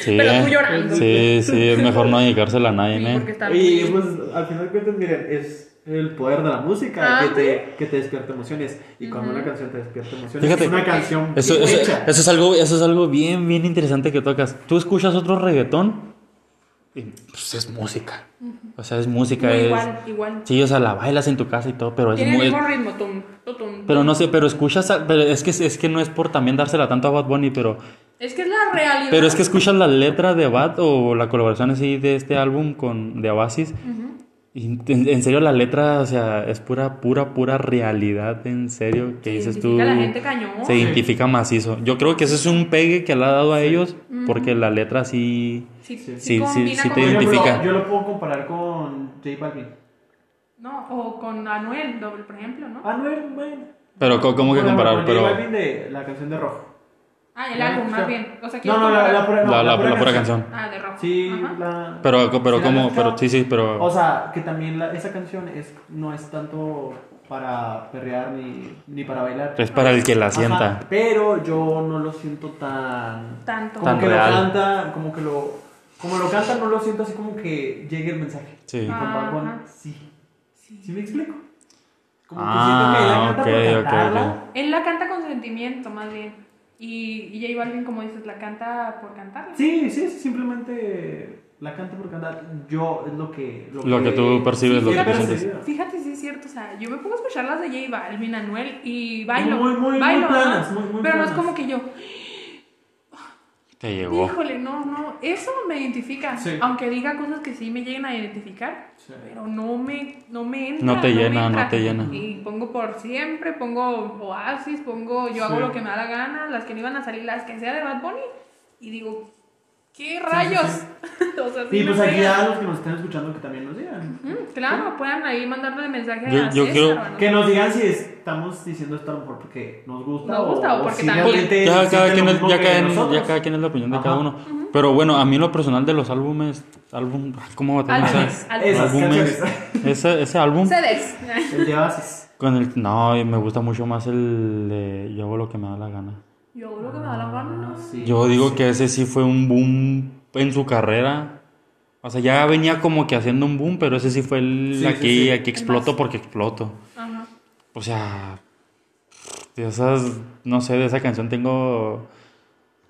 Sí, Pero eh. tú llorando. Sí, sí, es mejor no dedicársela a nadie, Sí, ¿eh? porque está Y muy- pues al final de cuentas, miren, es el poder de la música Ah, que, te, que te despierta emociones. Y cuando una canción te despierta emociones, Fíjate, es una canción Eso, bien eso- hecha. eso es algo, eso es algo bien, bien interesante que tocas. Tú escuchas otro reggaetón y pues es música. O sea, es música. muy es- igual, igual. Sí, o sea, la bailas en tu casa y todo, pero es Tiene el muy... mismo ritmo, tum, tum, tum. Pero no sé, pero escuchas... a- pero es, que, es que no es por también dársela tanto a Bad Bunny, pero... Es que es la realidad. Pero es que escuchas la letra de Bad o la colaboración así de este álbum con de Oasis. y en, en serio, la letra, o sea, es pura, pura, pura realidad, en serio, que Se dices tú. identifica a la gente cañón. Se identifica macizo. Yo creo que ese es un pegue que le ha dado a ellos porque la letra sí. Sí, sí, sí, combina sí te con- Por ejemplo, identifica. Yo lo puedo comparar con J Balvin. No, o con Anuel, doble, por ejemplo, ¿no? Ah, no, man. Pero, co- ¿cómo que Bueno, comparar? con J Pero. Balvin de la canción de Rojo. Ah, el No, álbum, o sea, más bien. O sea, No, ¿quieres no, la, la comparar? pura, no, La, la- la pura canción. Ah, de rock. Sí, Ajá. la. Pero, co- pero, ¿sí la ¿cómo? has Pero, escuchado? sí, sí, O pero. sea, que también la- esa canción es, no es tanto para perrear ni, ni para bailar. Es para el que la Ajá, sienta. pero yo no lo siento tan. Tanto. Como Tan que real. lo canta, como que lo. Como lo canta, no lo siento así como que llegue el mensaje. Sí. Y con Bad Bunny, Ajá. sí. Sí. ¿Sí me explico? Como Ah, que siento que ok, ella ok, canta por cantarla. Él la canta con sentimiento, más bien. Y, y J Balvin, como dices, la canta por cantar. Sí, sí, sí, simplemente la canta por cantar. Yo es lo que. Lo que tú percibes, sí, lo que he tú percibido. sientes. Fíjate, sí es cierto. O sea, yo me pongo a escuchar las de J Balvin, Anuel y bailo. Muy, muy, muy bailo, ajá. planas, muy, muy Pero no es planas. como que yo, Te llegó. híjole, no, no. Eso me identifica. Sí. Aunque diga cosas que sí me lleguen a identificar. Sí. Pero no me, no me entra. No te me llena, no entra. te llena. Y pongo por siempre, pongo Oasis, pongo yo hago Sí. lo que me da la gana, las que no iban a salir, las que sea de Bad Bunny. Y digo, ¿qué rayos? o sea, sí Y me pues aquí pega. a los que nos están escuchando que también nos digan. Mm, claro, puedan ahí mandarle mensaje Yo- a yo César quiero- o a nosotros. Que nos digan si estamos diciendo esto a lo mejor porque nos gusta. Nos gusta o porque si también- realmente Pues, ya, cada sienten quien lo es, mismo ya, que cada, quien- nosotros. ya cada quien es la opinión de Ajá. cada uno. Pero bueno, a mí lo personal de los álbumes, álbum, ay, ¿cómo va a Álbumes, ese, álbumes. Ah, Esas álbumes? ese, ese álbum Ustedes. El de Oasis. con el no, y me gusta mucho más el de yo hago lo que me da la gana. Yo hago lo que me da la gana. Ah, Sí. Yo digo que ese sí fue un boom en su carrera. O sea, ya venía como que haciendo un boom, pero ese sí fue el Sí, sí, aquí, sí. aquí exploto más. porque exploto. Ajá. O sea, de esas, no sé, de esa canción tengo,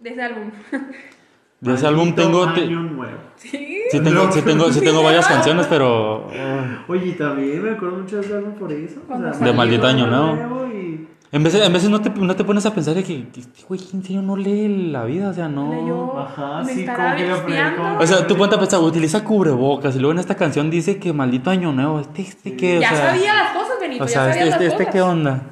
De ese álbum. de ese álbum tengo, te- Año nuevo. sí. Sí tengo, sí tengo, sí tengo varias canciones, pero Oye, también me acuerdo mucho de ese álbum por eso. O Cuando sea, salió. De maldito año nuevo. y- en veces, en veces no, te, no te pones a pensar de que, que este güey en serio no lee la vida, o sea, no... Leyó. Ajá, Me sí, estará como que lo aprendí, como- espiando. O sea, tú ponte a pensar, utiliza cubrebocas y luego en esta canción dice que maldito año nuevo, este, este que, o ya sea... sabía las cosas, Benito. O sea, ya sabía este, este, las este, cosas. qué onda.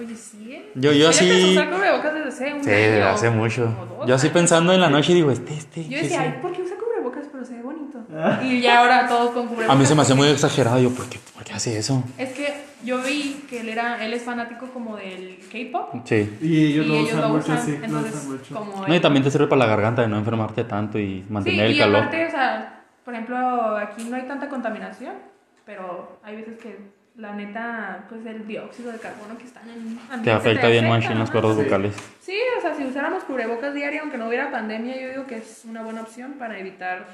Oye, sí, ¿eh? Yo- yo Fíjate, sí- usar cubrebocas desde hace un Sí, año, hace mucho. como dos Yo así años. pensando en la noche digo, este, este. Yo ¿qué decía, es? ay, ¿por qué usa cubrebocas? Pero se ve bonito. Ah. Y ya ahora todos con cubrebocas. a mí se me hace muy exagerado, yo, ¿por qué, por qué hace eso? Es que yo vi que él era, él es fanático como del K-pop. Sí. Y ellos y lo ellos usan lo mucho, usan. sí. lo usan entonces, mucho. como No, y él- también te sirve para la garganta de no enfermarte tanto y Sí, mantener el y calor. aparte, o sea, por ejemplo, aquí no hay tanta contaminación, pero hay veces que la neta, pues el dióxido de carbono que está en el ambiente Te afecta bien afecta, machín las ¿no? cuerdas Sí. vocales. Sí, o sea, si usáramos cubrebocas diario, aunque no hubiera pandemia, yo digo que es una buena opción para evitar,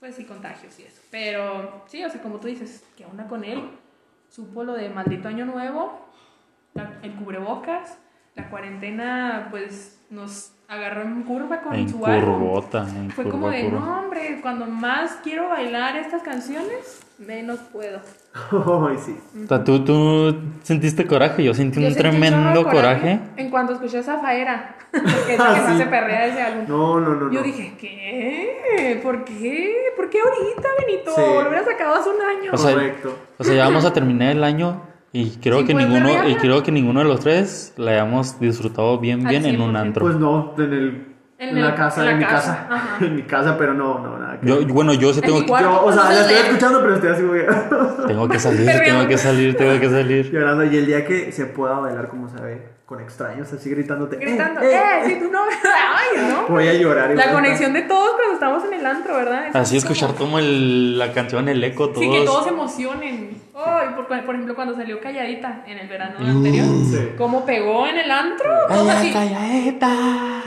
pues sí, contagios y eso. Pero sí, o sea, como tú dices, que onda con él, supo lo de maldito año nuevo, la- el cubrebocas, la cuarentena, pues nos agarró en curva con En su álbum. curvota. En Fue curva, como de, curva. no hombre, cuando más quiero bailar estas canciones, menos puedo. Ay, sí. O sea, ¿tú, tú sentiste coraje, yo sentí Yo un sentí un tremendo chorro de coraje. En cuanto escuché esa faera, que es que más se perrea ese álbum. No, no, no. no. Yo dije, ¿qué? ¿Por qué? ¿Por qué ahorita, Benito? Sí. Lo hubieras sacado hace un año. O sea, Correcto. O sea, ya vamos a terminar el año y creo Sí, que pues, ninguno ¿verdad? y creo que ninguno de los tres la hayamos disfrutado bien Al bien en un 100%. antro. Pues no, en el. En En, el- la casa, en en, la mi casa, casa. ajá. en mi casa, pero no, no, nada. que- yo bueno, yo sí En tengo mi que, cuarto, Yo, o sea, la estoy leve. escuchando, pero estoy así, güey. tengo que salir, Perreando. tengo que salir, tengo que salir. Llorando. Y el día que se pueda bailar como sabe, con extraños, así gritándote. Gritando, "Eh, ¡eh! Si tú no. ¡Ay, no! Voy a llorar. y voy La a- conexión de todos cuando estamos en el antro, ¿verdad? Es Así como- escuchar como el- la canción el eco todos. Sí, que todos se emocionen. Ay, por, por ejemplo, cuando salió Calladita en el verano anterior, Sí. ¿cómo pegó en el antro? Todos Mm. Calla, así, calladita.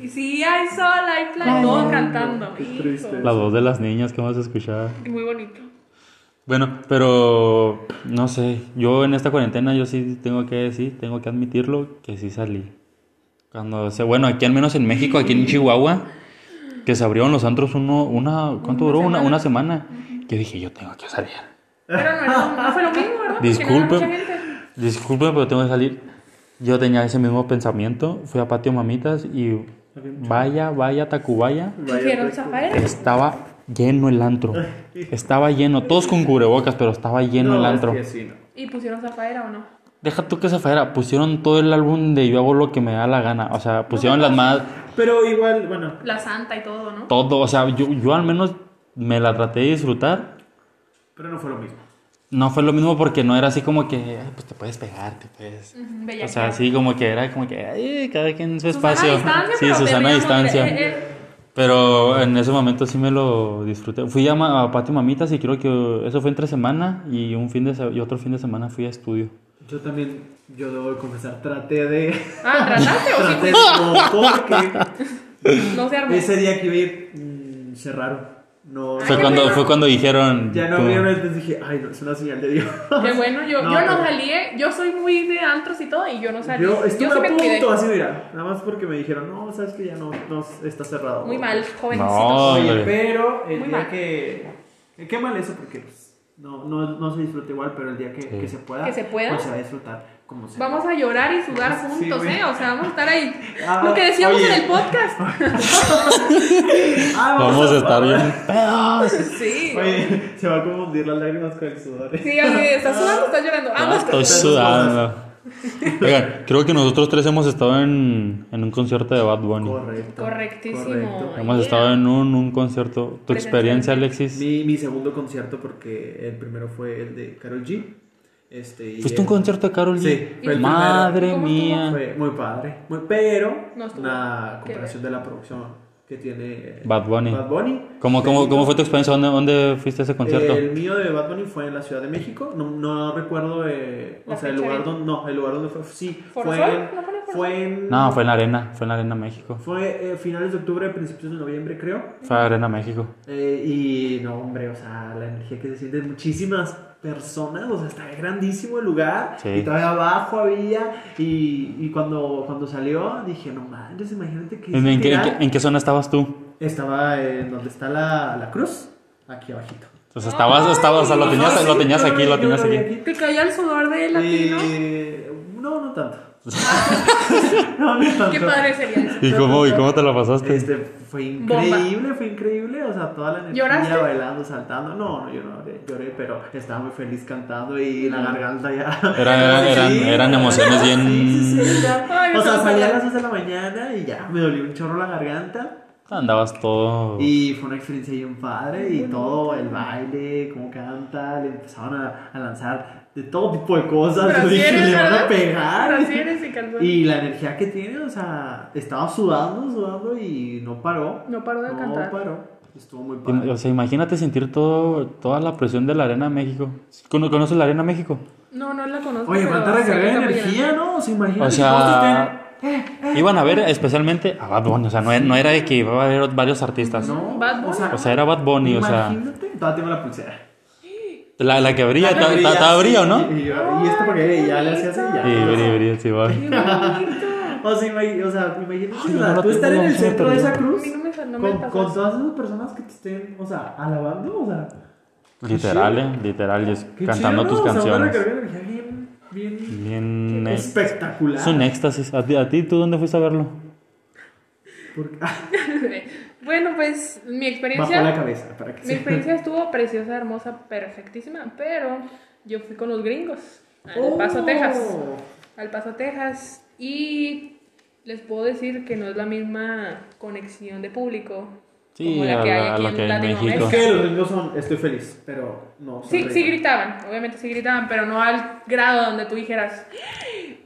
Y sí, hay sol, hay plan, todos cantando. qué Hijo, triste. La voz de las niñas que más escuchaba. Muy bonito. Bueno, pero no sé, yo en esta cuarentena yo sí tengo que decir, tengo que admitirlo, que sí salí. Cuando se, bueno, aquí al menos en México, aquí en Chihuahua, que se abrieron los antros uno, una, ¿cuánto Una duró? Una, semana. una semana. Que dije, yo tengo que salir. Pero no, era- no fue lo mismo, ¿verdad? Porque no era Disculpe, mucha gente. disculpe, pero tengo que salir. Yo tenía ese mismo pensamiento, fui a Patio Mamitas y vaya, vaya, Tacubaya. Vaya, pues, Dijeron te- Zafaera. Estaba lleno el antro. Estaba lleno, todos con cubrebocas, pero estaba lleno No, el es antro. que sí, no. ¿Y pusieron Zafaera o no? Deja tú que se fuera, pusieron todo el álbum de Yo hago lo que me da la gana, o sea, pusieron las más, Pero igual, bueno. La Santa y todo, ¿no? todo, o sea, yo, yo al menos me la traté de disfrutar. Pero no fue lo mismo. No fue lo mismo porque no era así como que, "Ay, pues te puedes pegar, te puedes. Ujú, bellaquear. O sea, sí, como que era como que, "Ay, cada quien en su Susana a espacio. distancia, Sí, pero Susana a teníamos- distancia. eh, eh, Pero en ese momento sí me lo disfruté. Fui a, ma- a Patio Mamitas y creo que eso fue entre semana y, un fin de, se- y otro fin de semana fui a estudio. Yo también, yo debo confesar, traté de. Ah, ¿trataste o sí traté de. No, porque fuiste? No se armó. ese día que iba a ir, mm, cerraron. No, Fue qué cuando, bueno. fue cuando dijeron. Ya no como- vieron, entonces dije, ay, no, es una señal de Dios. Qué bueno, yo no, No, yo no pero- salí, eh, yo soy muy de antros y todo, y yo no salí. Yo sí estuve a me punto, cuidé. así mira, nada más porque me dijeron, no, sabes que ya no, no está cerrado. Muy mal, No. jovencito. Oye, Hombre. pero el Muy día mal. que, que- Qué mal eso, porque pues, no, no, no se disfruta igual, pero el día que, que se pueda. Que se pueda. Pues se va a disfrutar como sea. Vamos a llorar y sudar Sí, juntos, güey. ¿eh? O sea, vamos a estar ahí. Ah, Lo que decíamos oye. en el podcast. Ah, Vamos a estar bien pedos. Sí. Oye, se va a confundir las lágrimas con el sudor. Sí, así, estás sudando, estás llorando. Ah, Ambas estoy cosas. sudando. Oigan, creo que nosotros tres hemos estado en, en un concierto de Bad Bunny. Correcto. Correctísimo. correcto. Hemos Yeah. estado en un, un concierto. ¿Tu experiencia, Alexis? Mi, mi segundo concierto, porque el primero fue el de Carol G. Este, y ¿Fuiste a un el- concierto de Karol G? Sí, fue el Madre primero. ¿Cómo mía. Fue muy padre, muy, pero No estuvo. la Qué comparación de la producción que tiene eh, Bad Bunny. Bad Bunny. ¿Cómo, cómo, México. cómo fue tu experiencia? ¿Dónde, dónde fuiste a ese concierto? El mío de Bad Bunny fue en la Ciudad de México. No, no recuerdo, eh, La o sea, el fecha lugar bien. donde, no, el lugar donde fue, sí, ¿Foro fue, Sol? en- ¿No fue en el Foro fue en, No, fue en la arena. Fue en la arena México. fue, eh, finales de octubre, principios de noviembre, creo. Fue en la arena México. Eh, y no, hombre, o sea, la energía que se siente de muchísimas personas, o sea, está grandísimo el lugar. Sí. Y todavía abajo había. Y, y cuando, cuando salió, dije, no manches, imagínate que. ¿En, en qué, en era- qué- en qué zona estabas tú? Estaba en donde está la, la cruz, aquí abajito. Entonces Ah, estabas, estabas, o sea, lo tenías, lo tenías aquí, lo tenías aquí. Te caía el sudor de latino. Eh, no, no tanto. no, no tanto. Qué padre sería eso. ¿Y cómo, y cómo te la pasaste? Este, fue Bomba. increíble, fue increíble, o sea, toda la energía ¿Lloraste? bailando, saltando. No, no, yo no lloré, lloré, pero estaba muy feliz cantando y la garganta ya. Era- era- eran- Sí, eran emociones bien- sí, sí, sí, ya. Ay, me o sea, estaba salí a acordando. las 6 de la mañana y ya me dolió un chorro la garganta. Andabas todo... Y fue una experiencia bien padre y todo, el baile, cómo canta, le empezaron a, a lanzar de todo tipo de cosas. Yo dije, Brasieres, le van a ¿verdad? pegar. Brasieres y calzones. Y la energía que tiene, o sea, estaba sudando, sudando y no paró. No paró de no cantar. paró. Estuvo muy Im- padre. O sea, imagínate sentir todo, toda la presión de la Arena México. ¿Cono- ¿Conoces la Arena México? No, no la conozco. Oye, pero cuánta sé que recarga de está muy energía, grande. ¿no? O sea, imagínate. O sea, iban a ver especialmente a Bad Bunny. O sea, no, e- no era de que iba a haber varios artistas. no, Bad Bunny. o sea, O sea, era Bad Bunny. O sea, imagínate. Todavía tengo la pulsera. la, la que Ah, brilla, ta- ta- ta- Brilla, ta- brilla, sí, ¿no? Y, y- y esto porque ya le hacía así, Sí, ya. brilla, brilla, sí, va. Qué bonito. O sea, imagínate, o sea, imagínate, Ay, yo o sea, no la tú estar tengo, en el no sé, centro de pero- esa cruz A mí no me sal- no me con, pasó con eso. todas esas personas que te estén, o sea, alabando, o sea, Literal, eh, literal, y es qué cantando chido, tus ¿no? O sea, una canciones. recarga de energía bien, bien Bien. eh, espectacular. Es un éxtasis. ¿A ti, a ti tú dónde fuiste a verlo? Porque- bueno, pues mi Bajó experiencia. la cabeza para que Mi se... experiencia estuvo preciosa, hermosa, perfectísima, pero yo fui con los gringos al Oh. Paso, Texas. Al Paso, Texas. Y les puedo decir que no es la misma conexión de público Sí, como la que a la- hay aquí a en lo que hay en Latinoamérica. Es que los gringos son, estoy feliz, pero no. son Sí, ricos. sí gritaban, obviamente sí gritaban, pero no al grado donde tú dijeras.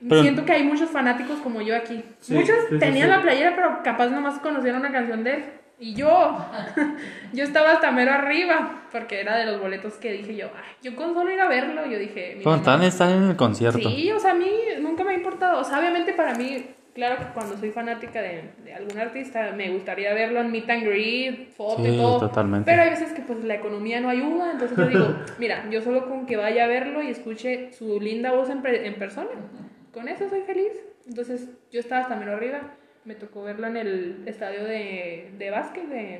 Pero- Siento que hay muchos fanáticos como yo aquí. Sí, Muchos sí, sí, tenían sí. la playera, pero capaz nomás conocían una canción de él. Y yo, yo estaba hasta mero arriba, porque era de los boletos que dije yo, ay, yo con solo ir a verlo, yo dije, mi Pero mamá- están, están en el concierto. Sí, o sea, a mí nunca me ha importado. O sea, obviamente para mí, claro que cuando soy fanática de, de algún artista, me gustaría verlo en meet and greet, foto y Sí, todo. totalmente. Pero hay veces que pues la economía no ayuda, entonces yo digo, mira, yo solo con que vaya a verlo y escuche su linda voz en, pre- en persona, con eso soy feliz. Entonces yo estaba hasta menos arriba, me tocó verlo en el estadio de, de básquet de,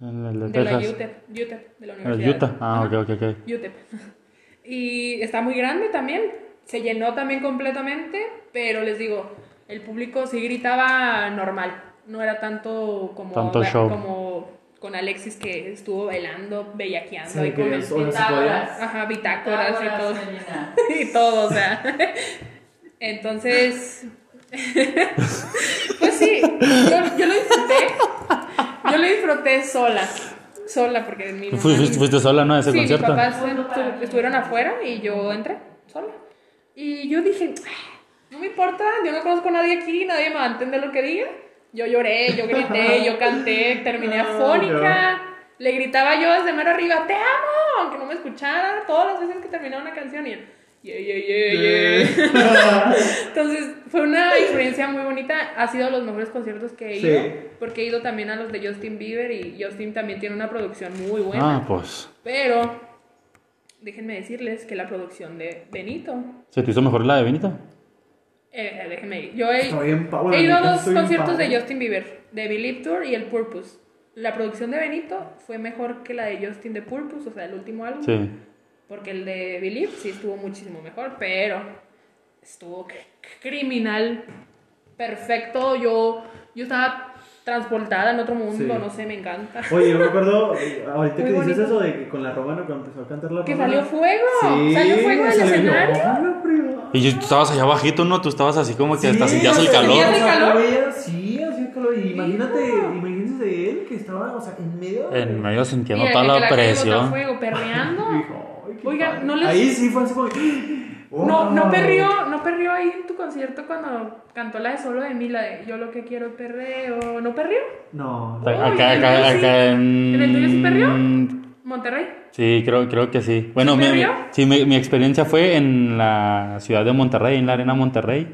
En el de, de la Texas. UTEP, UTEP, de la En Universidad. el Utah. Ah, Ajá. ok, ok, ok. UTEP. Y está muy grande también. Se llenó también completamente, pero les digo, el público sí gritaba normal. No era tanto como, Tanto show. como con Alexis que estuvo bailando, bellaqueando Sí, ahí que con el- es- o sea, se podía- Pitágoras. Ajá, bitácoras y todo. Melina. Y todo, o sea. Entonces. pues sí, yo, yo lo disfruté. Yo lo disfruté sola. Sola, porque mi Tú mamá- fui- Fuiste, fuiste sola, ¿no? A Ah, ese sí, concierto. mis papás estu- estuvieron afuera y yo entré sola. Y yo dije, "Ah, no me importa, yo no conozco a nadie aquí, nadie me va a entender lo que diga. Yo lloré, yo grité, yo canté, terminé Ah, No, afónica. Le gritaba yo desde mero arriba, te amo, aunque no me escuchara todas las veces que terminaba una canción. Y yo, "Yeah, yeah, yeah, yeah". Entonces, fue una experiencia muy bonita. Ha sido los mejores conciertos que he Sí. ido. Porque he ido también a los de Justin Bieber y Justin también tiene una producción muy buena. Ah, pues. Pero déjenme decirles que la producción de Benito, ¿Se te hizo mejor la de Benito? eh, eh, déjenme, yo he, Estoy en pa- bueno, he ido a ahorita dos estoy en conciertos pa- de Justin Bieber, de Believe Tour y el Purpose. La producción de Benito fue mejor que la de Justin de Purpose, o sea, el último álbum, Sí. porque el de Believe sí estuvo muchísimo mejor, pero estuvo cr- criminal, perfecto, yo, yo estaba transportada en otro mundo, Sí. no sé, me encanta. Oye, yo me acuerdo, eh, ahorita que Muy dices bonito. eso de que con la romana, cuando empezó a cantar la romana. Que salió fuego, salió fuego del pues, salió escenario. Romana, prima. Y yo- tú estabas allá bajito, ¿no? Tú estabas así como que hasta Sí, sentías el o sea, calor. ¿Sentías el calor? veía- Sí, hacía el calor. Y imagínate, imagínense de él que estaba, o sea, en medio. de- En medio sintiendo Mira, toda que la calle bota presión. fuego, perreando. Dijo, ay, qué Oigan, padre. no les- Ahí sí fue así como. No, no Oh. wow. perrió, no perrió ahí en tu concierto cuando cantó la de solo de mí, la de yo lo que quiero es perreo. ¿No perrió? No. Acá, Uy, acá, ¿en el tuyo acá, sí? en... ¿En el tuyo sí perrió? ¿Monterrey? Sí, creo, creo que sí. Bueno, mi, perrió? sí, mi, mi experiencia fue en la ciudad de Monterrey, en la Arena Monterrey.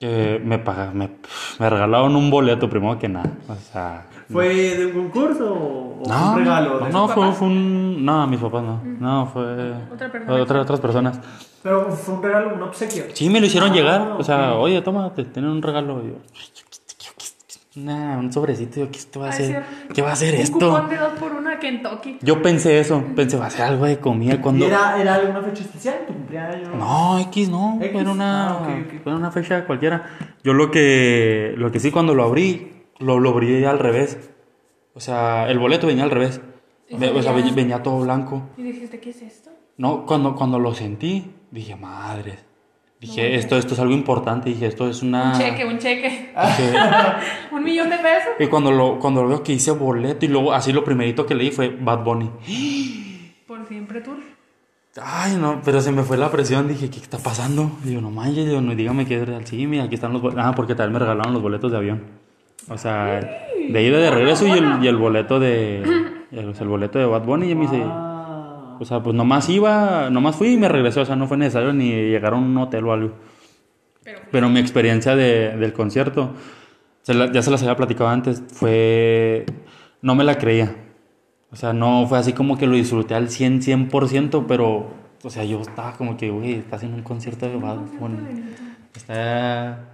que me, paga- me, me regalaron un boleto primero que nada. O sea, ¿Fue de un concurso o o No, un regalo? de- no, sus fue, papás? Mm. fue un... No, mis papás no. No, fue... Otra persona. otra- otras personas. Pero fue un regalo, un obsequio. Sí, me lo hicieron Ah, llegar. O sea, ok. oye, toma, te tienen un regalo. Y yo, "Ay, yo qué- yo qué- nah, un sobrecito. Yo, ¿qué te va a Ay, hacer? sí. ¿Qué va a hacer Un cupón esto? de dos por una Kentucky. Yo pensé eso. Pensé, va a ser algo de comida ¿Y cuando. era, era alguna fecha especial? ¿Tu cumpleaños? No, X no. X. Era una, Ah, ok, ok. era una fecha cualquiera. Yo lo que, lo que sí, cuando lo abrí, lo, lo abrí al revés. O sea, el boleto venía al revés. Y Ve- o sea, venía- ve- venía todo blanco. Y dijiste, ¿qué es esto? No, cuando, cuando lo sentí, dije, madre. Dije, esto, esto es algo importante. Dije, esto es una. Un cheque, un cheque. Dije, Un millón de pesos. y cuando lo, cuando lo veo que hice boleto y luego así lo primerito que leí fue Bad Bunny. Por siempre tour. Ay, no, pero se me fue la presión. Dije, ¿qué está pasando? Digo, no manches, digo, no, dígame que es real. Sí, mira, aquí están los boletos. Ah, porque también me regalaron los boletos de avión. O sea, de ida de regreso y el, y el boleto de. El, el boleto de Bad Bunny. Y me dice, Ah. o sea, pues nomás iba, nomás fui y me regresé. O sea, no fue necesario ni llegar a un hotel o algo. Pero Pero mi experiencia de- del concierto, se la- ya se las había platicado antes, fue... No me la creía. O sea, no fue así como que lo disfruté al 100, 100%, pero... O sea, yo estaba como que, güey, estás en un concierto de Bad Bunny. Está...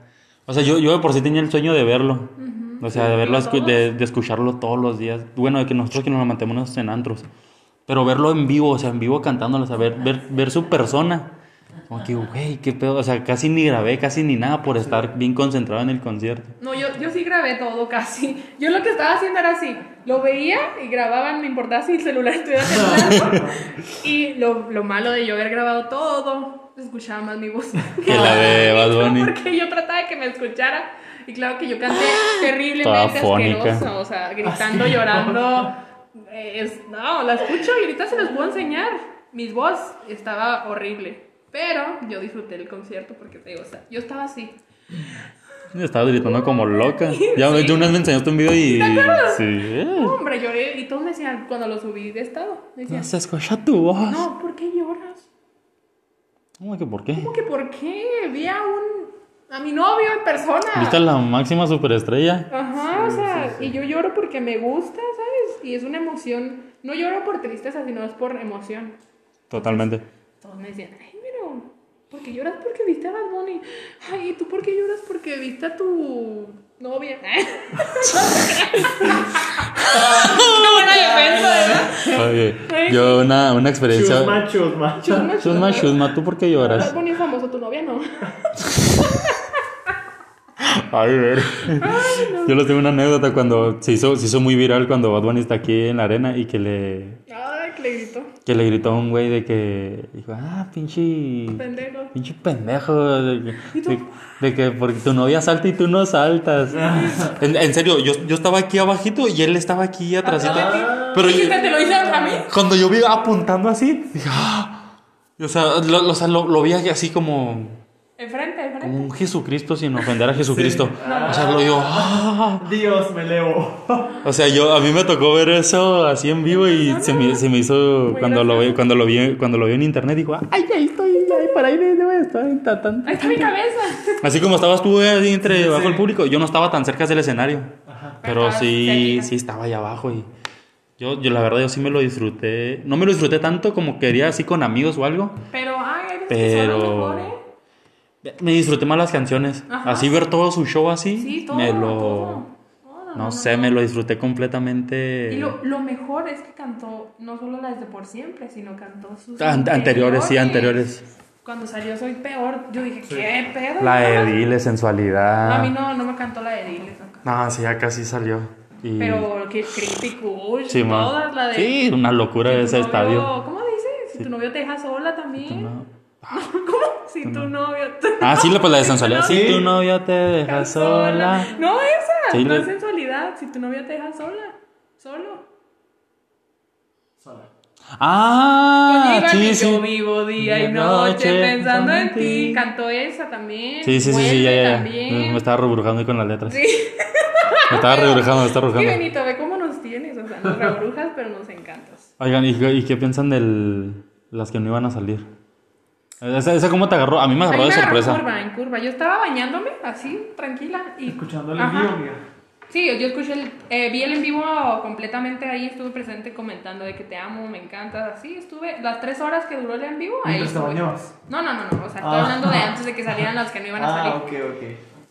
O sea, yo, yo de por sí tenía el sueño de verlo. Ujú. O sea, de Sí, verlo, digo, escu- de, todos. de escucharlo todos los días. Bueno, de que nosotros que nos lo mantenemos en antros. Pero verlo en vivo, o sea, en vivo cantándolo, o sea, ver, ver, ver su persona. Como que, güey, qué pedo. O sea, casi ni grabé, casi ni nada por estar bien concentrado en el concierto. No, yo, yo sí grabé todo casi. Yo lo que estaba haciendo era así. Lo veía y grababa, no me importaba si el celular estuviera temblando. y lo, lo malo de yo haber grabado todo, escuchaba más mi voz. Que la de Bad No, Bunny. Porque yo trataba de que me escuchara. Y claro que yo canté terriblemente Toda fónica. asqueroso. O sea, gritando, llorando. Eh, es- no, la escucho y ahorita se los puedo enseñar. Mi voz estaba horrible. Pero yo disfruté el concierto porque te digo, o sea, yo estaba así. Estaba gritando como loca. Ya Sí. yo una vez me enseñaste un video y. Sí. eh. No, hombre, lloré y todos me decían, cuando lo subí de estado, me decían, No, se escucha tu voz. no, ¿por qué lloras? ¿Cómo que por qué? ¿Cómo que por qué? Vi a un, a mi novio en persona. ¿Viste a la máxima superestrella? Ajá, o sea, y yo lloro porque me gusta, ¿sabes? Y es una emoción, no lloro por tristeza, sino es por emoción. Totalmente. Todos me decían, ay, pero, ¿por qué lloras porque viste a Bad Bunny? Ay, ¿y tú por qué lloras porque viste a tu novia? Una buena defensa, ¿verdad? Oye, Ay. yo una, una experiencia. Chusma, chusma. Chusma, Chusma, chusma. chusma, ¿tú por qué lloras? Bad Bunny es famoso, tu novia no. Ay, ver. Yo les tengo una anécdota cuando se hizo, se hizo muy viral cuando Bad Bunny está aquí en la arena y que le, Ay, que le gritó. que le gritó a un güey de que dijo, ah, pinche. Pendejo. Pinche pendejo. De, ¿Y tú? de- de que porque tu novia salta y tú no saltas. en, en serio, yo, yo estaba aquí abajito y él estaba aquí atrásito. Atrás de ti. Pero yo- Dijiste, te lo hice a mí. cuando yo vi apuntando así, dije, ah. O sea, lo, lo- o sea, lo- lo vi así como, Enfrente, como enfrente. un Jesucristo sin ofender a Jesucristo. O sea, lo digo, ah. Dios, me elevo. O sea, yo a mí me tocó ver eso así en vivo y se me, se me hizo Muy cuando lo, gracioso. vi, cuando lo vi cuando lo vi en internet dijo, ay, ahí estoy, ahí por ahí debo estar ta, tan". Ahí está mi cabeza. Así como estabas tú eh, ahí entre Sí. bajo el público, yo no estaba tan cerca del escenario, pero Ajá, sí cerquita. sí estaba allá abajo y yo, yo la verdad yo sí me lo disfruté, no me lo disfruté tanto como quería así con amigos o algo, Pero, ay, eres Pero- que son los mejores. me disfruté más las canciones, Ajá. así ver todo su show así, Sí, todo, me lo todo. No, no, sé, me lo disfruté completamente. Y lo, lo mejor es que cantó no solo las de por siempre, sino cantó sus An- anteriores, sí, anteriores. Cuando salió Soy Peor, yo dije, ¿qué pedo? La No, de no, Dile, no, A mí sensualidad. no, no me cantó la de Diles. no. No, sí, ya casi salió. Y... Pero que criticó, sí, ma. todas la de... Sí, una locura Si tu ese novio- estadio. ¿Cómo dices? Si tu novio te deja sola también. No. ¿Cómo? Si tu novio te Ah, sí, la- pues la de sensualidad. no. Si tu novia te deja deja sola. sola. No, esa. Sí, no le- es sensualidad. Si tu novio te deja sola. Solo. Ah, Con J sí, Balvin, Yo sí. vivo día y De noche, noche pensando en ti. ti. Cantó esa también. Sí, sí, sí, sí, ya, Vuelve ya. También. Me estaba rebrujando ahí con las letras. Sí. Me estaba rebrujando, me estaba Qué rebrujando. bonito, ve cómo nos tienes. O sea, nos rebrujas, pero nos encantas. Oigan, ¿y, qué- y qué piensan de las que no iban a salir? ¿Esa, esa cómo te agarró? A mí me Ahí agarró me de agarró Ah, sorpresa. En curva, en curva. Yo estaba bañándome así, tranquila. Y... Escuchando el Ajá. envío, mía. Sí, yo escuché el, eh, vi el en vivo completamente ahí, estuve presente comentando de que te amo, me encantas, así estuve las tres horas que duró el en vivo ahí. Mientras te estuve. bañabas. No, no, no, no, o sea, estoy Ah. hablando de antes de que salieran las que no iban a salir. Ah, ok, ok.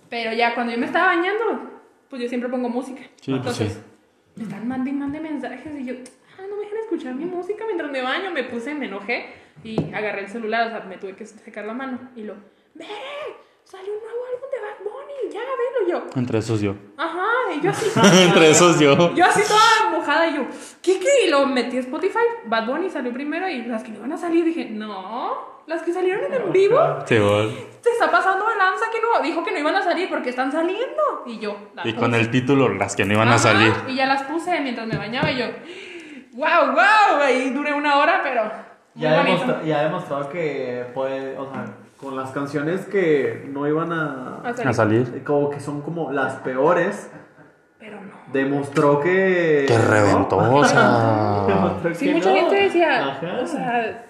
Pero ya cuando yo me estaba bañando, pues yo siempre pongo música. Sí, pues Entonces, sí. me están mandando y mande mensajes y yo, ah, no me dejan escuchar mi música mientras me baño, me puse, me enojé y agarré el celular, o sea, me tuve que secar la mano y lo, ve, salió un nuevo álbum de Bad Bunny, ya, velo y yo. Entre esos yo. Ajá, y yo así. Entre esos yo. Yo así toda mojada y yo, ¿qué qué? Y lo metí a Spotify, Bad Bunny salió primero y las que no iban a salir dije, no, las que salieron Ah, en, en vivo, Sí, vos. se está pasando de lanza que no, dijo que no iban a salir porque están saliendo. Y yo, la Y puse. con el título, las que no iban a Ajá, salir. Y ya las puse mientras me bañaba y yo, wow, wow, ahí duré una hora, pero... muy Ya ha, bonito. demostra- ya ha demostrado que puede, o sea, con las canciones que no iban A a... salir. A salir. Como que son como las peores, Pero no. demostró que... Que reventó, ¿no? o sea. Demostró Sí, que mucha no. gente decía, Ajá. o sea,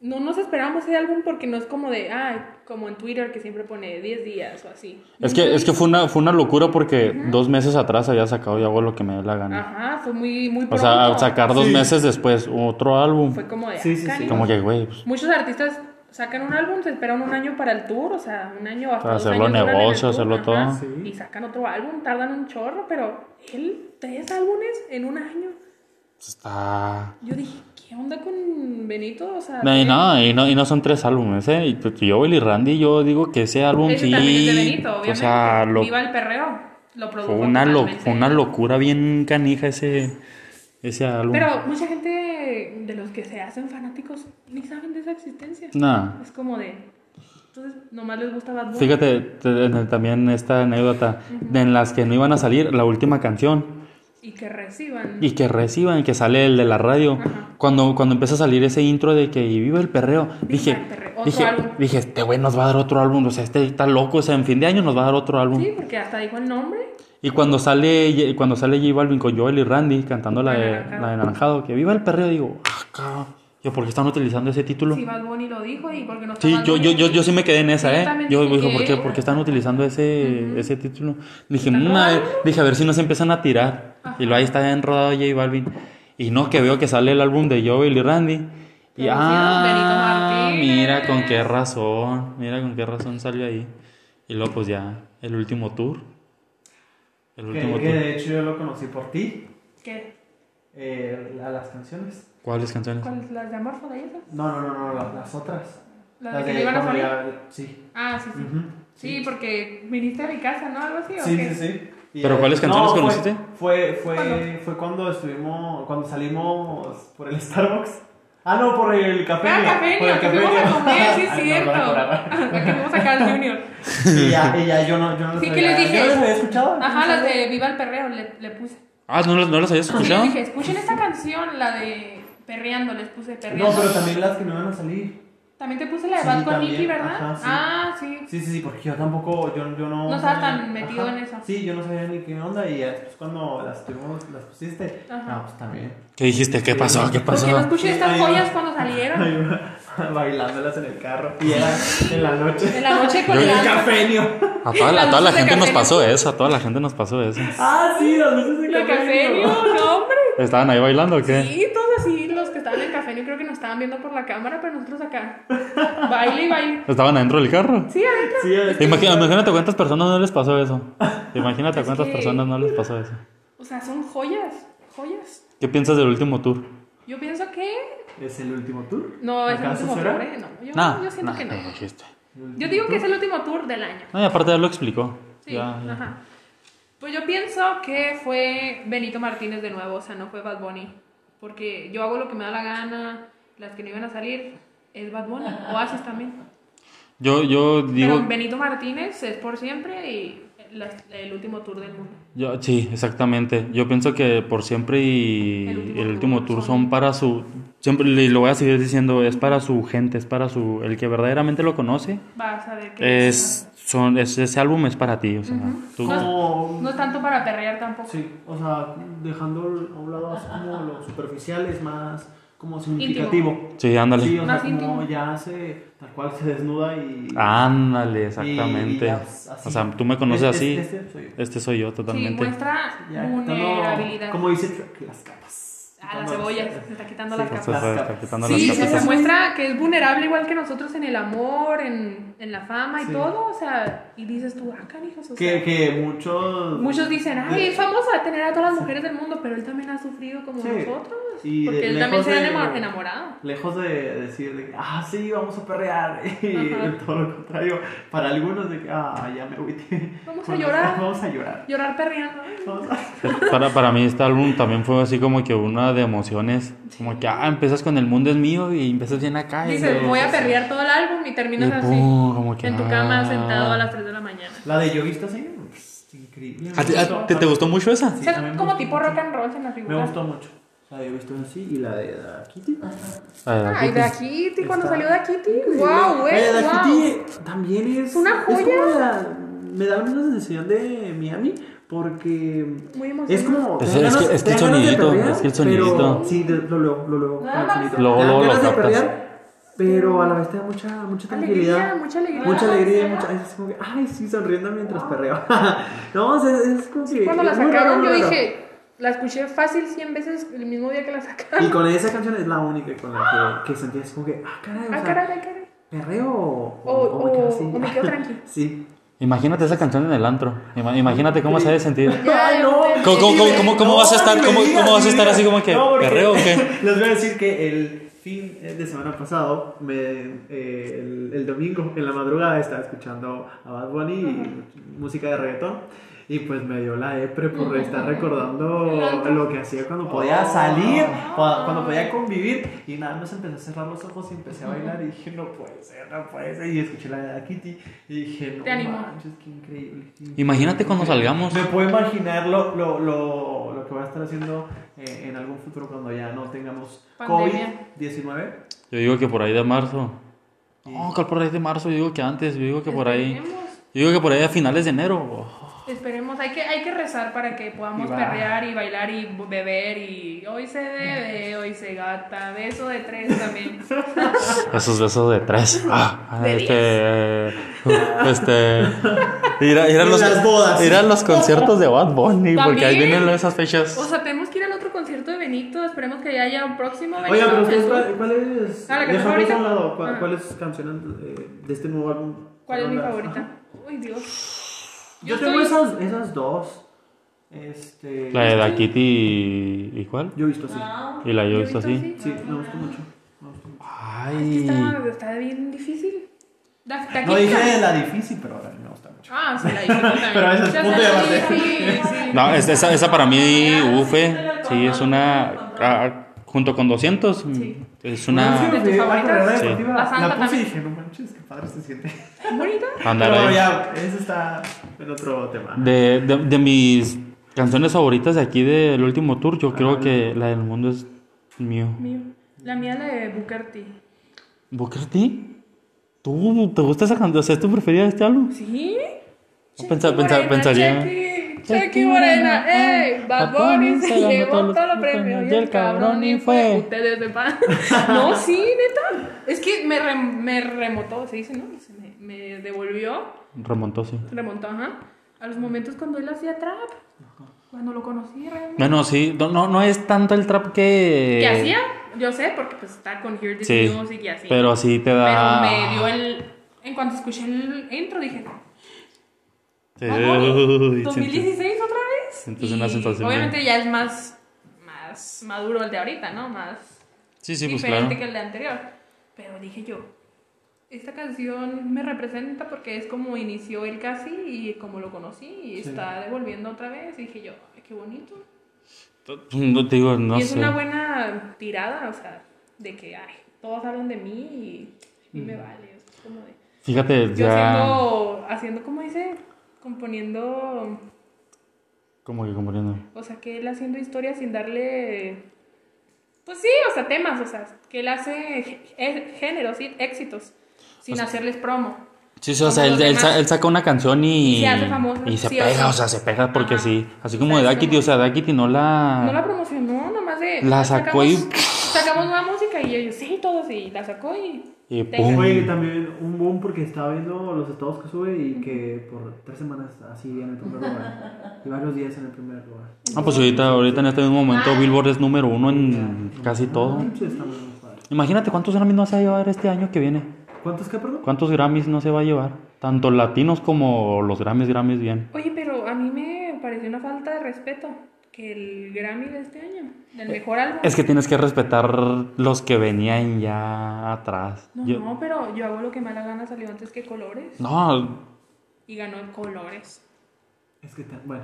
no nos esperábamos ese álbum porque no es como de, ah, como en Twitter que siempre pone 10 días o así. Es que, es que fue, una, fue una locura porque dos meses atrás había sacado y hago lo que me dé la gana. Ajá, fue muy, muy O sea, pronto. al sacar dos Sí. meses después otro álbum, Fue como de, Sí, sí, sí. "Ah, como que, güey, pues, Muchos artistas sacan un álbum, se esperan un año para el tour, o sea, un año hasta Para dos hacerlo años duran en el negocio, tour, hacerlo ajá. todo. Sí. Y sacan otro álbum, tardan un chorro, pero él, tres álbumes en un año. Pues Está... Yo dije, ¿qué onda con Benito? O sea, No, y tiene- no, y no, y no son tres álbumes, ¿eh? Y pues yo, Willy Randy, yo digo que ese álbum Ese sí... también es de Benito, obviamente. o sea, lo- Viva el perreo. Lo produjo fue una, lo- totalmente. fue una locura bien canija ese, ese álbum. Pero mucha gente de los que se hacen fanáticos ni saben de esa existencia. Nah. Es como de. Entonces, nomás les gusta Bad Bunny. Fíjate te- en- también esta anécdota en las que no iban a salir la última canción Y que reciban. y que reciban que sale el de la radio. Ajá. Cuando cuando empieza a salir ese intro de que y viva el perreo, dije, el perreo, otro dije, álbum. dije, este güey nos va a dar otro álbum, o sea, este está loco, o sea, en fin de año nos va a dar otro álbum. Sí, porque hasta dijo el nombre. Y cuando sale Ye- cuando sale J Balvin con Joel y Randy cantando la de, Anaranjado. la de Naranjado, que viva el perreo, digo, ah, cabrón, yo por qué están utilizando ese título? Si Bad Bunny lo dijo y porque no está Sí, Bad yo, yo, Bunny. yo, yo sí me quedé en esa, Yo ¿eh? también Yo dije, dije, ¿por qué? ¿qué? ¿Por qué están utilizando ese, ese título? Dije, ¿Están "Una vez", robando? dije, a ver si no se empiezan a tirar. Y lo ahí está enrodado J Balvin. Y no, que veo que sale el álbum de Joel y Randy. Y, Producido ah, Benito Martínez. mira con qué razón, mira con qué razón salió ahí. Y luego, pues ya, el último tour. El último Que, que tour. de hecho yo lo conocí por ti, ¿Qué? eh, a las canciones. ¿Cuáles canciones? ¿Cuáles? ¿Las de Amorfo de ellas? No, no, no, no, las, las otras. ¿Las de que le iban a cuando salir? ya- Sí. Ah, sí, sí. Ujú. Sí, porque viniste a mi casa, ¿no? Algo así. ¿o Sí, sí, qué? sí. Y, ¿Pero eh, cuáles canciones fue- conociste? Fue, fue, ¿Cuándo? fue cuando estuvimos, cuando salimos por el Starbucks. Ah, no, por el café. Ah, por el Cafenio, que fuimos Cafenio. a comer, sí Ay, es no, cierto. no me acordaba. que fuimos acá al Junior. Y ya, y ya yo no, yo no Sí, sabía. que les dije. Yo no les había escuchado. Ajá, las de Viva el Perreo le, le puse. Ah, ¿no, las- no las habías Y les escuchado? dije, escuchen esta canción, la de Perreando, les puse Perreando. No, pero también las que no iban a salir. También te puse la de Sí, Bad con también, Mickey, ¿verdad? ajá, sí. Ah, sí. Sí, sí, sí, porque yo tampoco, yo, yo no... No estabas sabía. tan metido en eso. Sí, yo no sabía ni qué onda y ya después cuando las tuvimos, las pusiste, Ajá. ah, pues también. ¿Qué dijiste? ¿Qué pasó? ¿Qué Porque no pasó? escuché Sí, estas ahí va. joyas cuando salieron. Ahí va, Bailándolas en el carro y era en la noche. En la noche con Yo- En la el cafenio. A toda la, a toda la Las luces de gente nos Cafenio. pasó eso, a toda la gente nos pasó eso. Ah, sí, las luces de La cafenio, no, hombre. ¿Estaban ahí bailando o qué? Sí, todos así, los que estaban en el cafenio creo que nos estaban viendo por la cámara, pero nosotros acá. Baile y baile. Estaban adentro del carro. Sí, adentro. Sí, es que- Imagina- imagínate cuántas personas no les pasó eso. Imagínate a Es cuántas que- personas no les pasó eso. O sea, son joyas, joyas. ¿Qué piensas del último tour? Yo pienso que ¿Es el último tour? No, es el ¿Acaso último será? tour, ¿eh? No, yo, Nada. yo siento que no. dijiste. Yo digo que es el último tour del año. No, y aparte ya lo explicó. Sí, Ya, ya. ajá. Pues yo pienso que fue Benito Martínez de nuevo, o sea, no fue Bad Bunny. Porque yo hago lo que me da la gana, las que no iban a salir es Bad Bunny, Oasis también. Yo, yo digo. Pero Benito Martínez es por siempre y las- el último tour del mundo. Yo, sí, exactamente. Yo pienso que por siempre y El el último último, tour tour son- son, para su. Siempre le- lo voy a seguir diciendo, es para su gente, es para su. El que verdaderamente lo conoce. Vas a ver qué Es, son, es- ese álbum es para ti. O sea, tú- Como... No es tanto para perrear tampoco. Sí, o sea, dejando a un lado así como lo superficial es más como significativo. Sí, ándale. Sí, o sea, Más como íntimo. ya se, tal cual se desnuda y... Ah, Ándale, y exactamente. ya, pues, así. o sea, tú me conoces Este- así. este soy yo. Este soy yo Sí, totalmente. muestra Ya, quitando- vulnerabilidad. Como dice Shrek, las capas. A la cebolla, se está quitando las Sí, capas. Entonces, las se está capas. quitando Sí, las pues que se capas. muestra que es vulnerable igual que nosotros en el amor, en, en la fama y Sí. todo, o sea, y dices tú, ah, canijos, o Que, sea, que muchos... muchos dicen, ay, es famoso de tener a todas las mujeres del mundo, pero él también ha sufrido como Sí. nosotros, Y porque de- él también lejos se ha de- enamo- enamorado. Lejos de decir, de que, ah, sí, vamos a perrear, y Ajá. todo lo contrario, para algunos de que, ah, ya me agüité. Vamos a Porque- llorar. Vamos a llorar. Llorar perreando. Vamos a- Para, para mí este álbum también fue así como que una de emociones. Como que, ah, empiezas con El Mundo es Mío y empiezas bien acá. y Dices, luego- pues, voy a pues perrear todo el álbum y terminas Y así, pum, como que, en tu cama, ah. sentado a las 3 de la mañana. La de Yo Visto Así, pues, increíble. ¿A ti- a- te, te gustó mucho esa? O Sí, sea, a mí me como gustó tipo mucho. rock and roll se me Me figura. gustó mucho. La de Yo Visto Así y la de Da Kitty. Ah, Ay, aquí te- Da Kitty, cuando Está salió Da Kitty, wow, güey, La de Da wow. Kitty también es... Una es como joya. la- me da una sensación de Miami porque... Muy emocionante. Es como. Pues te dan es que- ganas- es que te el dan ganas de sonidito, perrear, es que el Pero, sonidito. sí, de- lo luego, lo luego. Nada más. Luego, luego lo captas. Pero a la vez te da mucha, mucha Alegría, tranquilidad. mucha alegría. Mucha alegría, Ajá. mucha. Es como que, ay, sí, sonriendo mientras perreo. no, es, es como que. Cuando la es muy raro, sacaron, muy yo raro. dije, la escuché fácil 100 veces el mismo día que la Y sacaron. con esa canción es la única con la que, que sentías como que, ah, caray, o Ah, sea, caray, ah, caray. ¿Perreo o, O, o- así? o me quedo tranqui. sí. Imagínate esa canción en el antro. Ima- Imagínate cómo se ha de sentir. Ya, Ay, no. güey. ¿Cómo, cómo, cómo, cómo, cómo vas a estar? ni me ¿Cómo, digas, cómo vas a ni estar me así digas. como que No, porque perreo o qué? Les voy a decir que el fin eh, de semana pasado, me, eh, el, el domingo en la madrugada estaba escuchando a Bad Bunny y música de reggaetón. Y pues me dio la EPRE por estar recordando lo que hacía Oh. cuando podía salir, cua- cuando Ah. podía convivir. Y nada más empecé a cerrar los ojos y empecé a bailar. Y dije, no puede ser, no puede ser. Y escuché la de Kitty y dije, no Te animó. manches, qué increíble. qué increíble. Imagínate cuando salgamos. Me puedo imaginar lo, lo, lo, lo que va a estar haciendo eh, en algún futuro cuando ya no tengamos Pandemia. COVID-19. Yo digo que por ahí de marzo. No, ¿cuál por ahí de marzo? Yo digo que antes. Yo digo que por ahí. Esperemos, Yo digo que por ahí a finales de enero. esperemos. Hay, que, hay que rezar para que podamos Y va. perrear y bailar y beber y hoy se bebe, hoy se gata, beso de tres también. Esos besos de tres. Ah, De este. eh, Este. Ir a, ir a Y los, las bodas. ir a los conciertos de Bad Bunny, porque ahí También. vienen esas fechas. O sea, tenemos que ir al otro concierto de Benito, esperemos que ya haya un próximo. Oye, Benito, pero ustedes, Jesús. ¿cuál, cuál es? Ah, la que dejando fue eso a un ahorita. lado, ¿cuál- Ah. ¿Cuáles canciones eh, de este nuevo álbum? ¿Cuál es mi Ajá. favorita? Uy, Dios. Yo, Yo tengo estoy- esas, esas dos. Este, La de la Kitty y, y cuál? Yo he visto así. Y la yo he visto visto así. Sí, me gustó mucho. me gustó mucho. Ay. Está, está bien difícil. Da- da No quita. dije la difícil, pero ahora me gusta mucho. Ah, sí, la difícil también. Pero ese es Ya punto sé, de sí, aparte. sí, sí. No, es- esa, esa para mí, ufe, sí, es una. ah, junto con 200, Sí. es Es que una. ¿De me tus fui a la favoritas? carrera Sí. deportiva, La Santa La puse y también. dije, no manches, qué padre se siente. ¿Bonita? Andar Pero ahí. ya, eso está en otro tema. De, de, de mis canciones favoritas de aquí del último tour, yo creo que la del mundo es mío. Mío. La mía, la de Booker T. ¿Booker T? ¿Tú te gusta esa canción? O sea, ¿es tu preferida de este álbum? ¿Sí? No, pensa- pensa- pensaría- Chequi Morena, ey, Bad Bunny se llevó todos los premios y el cabrón ni fue. Ustedes de pan. No, sí, neta. Es que me, rem- me remotó, se dice, ¿no? Se me, me devolvió, Remontó, sí. remontó, ajá, a los momentos cuando él hacía trap. Cuando lo conocí realmente. Bueno, sí, no, no, no es tanto el trap que. ¿Qué hacía? Yo sé, porque pues está con Hear This Eh, Sí, Music y así. pero ah. sí te Pero da. me dio el. En cuanto escuché el intro, dije. "Oh, Sí. Bad Bunny, Eh, Uy, siento- ¿2016 otra vez? sientes Y una sensación Obviamente de- ya es más, más maduro el de ahorita, ¿no? Más Sí, sí, pues diferente claro. que el de anterior. Pero dije yo, esta canción me representa porque es como inició él casi y como lo conocí y está devolviendo otra vez. Y dije yo, ay, qué bonito. No te digo, no y es sé. una buena tirada, o sea, de que, ay, todos hablan de mí y, y me vale. Es como de... Fíjate, Yo ya. haciendo, haciendo, ¿cómo dice? Componiendo, Como que componiendo. o sea, que él haciendo historias sin darle, pues sí, o sea, temas, o sea, que él hace gé- eh, géneros, sí, éxitos, sin O sea, hacerles promo. Sí, sí, o sea, él, él sa- él saca una canción y. Y se hace famoso, y se sí, o pega, sea. o sea, se pega porque Ajá. sí. Así O como sea, de es Dakiti, como- o sea, Dakiti no la. No la promocionó, nomás de... Ah. La sacó y- Sacamos, sacamos nueva música y ellos, sí, todos, y la sacó y... Y Te- pum. Fue también un boom porque estaba viendo los estados que sube y que por tres semanas así en el primer lugar. Y varios días en el primer lugar. Ah, pues ahorita, ahorita en este mismo Ah. momento Billboard es número uno en casi todo. Mucho está muy padre. Imagínate cuántos Grammys no se va a llevar este año que viene. ¿Cuántos que, perdón? ¿Cuántos Grammys no se va a llevar? Tanto latinos como los Grammys, Grammys bien. Oye, pero a mí me pareció una falta de respeto que el Grammy de este año, del mejor álbum... Eh, Es que tienes que respetar los que venían ya atrás. No, Yo- no, pero yo hago lo que me da la gana, salió antes que Colores. no, Y ganó en Colores. Es que, ta- bueno.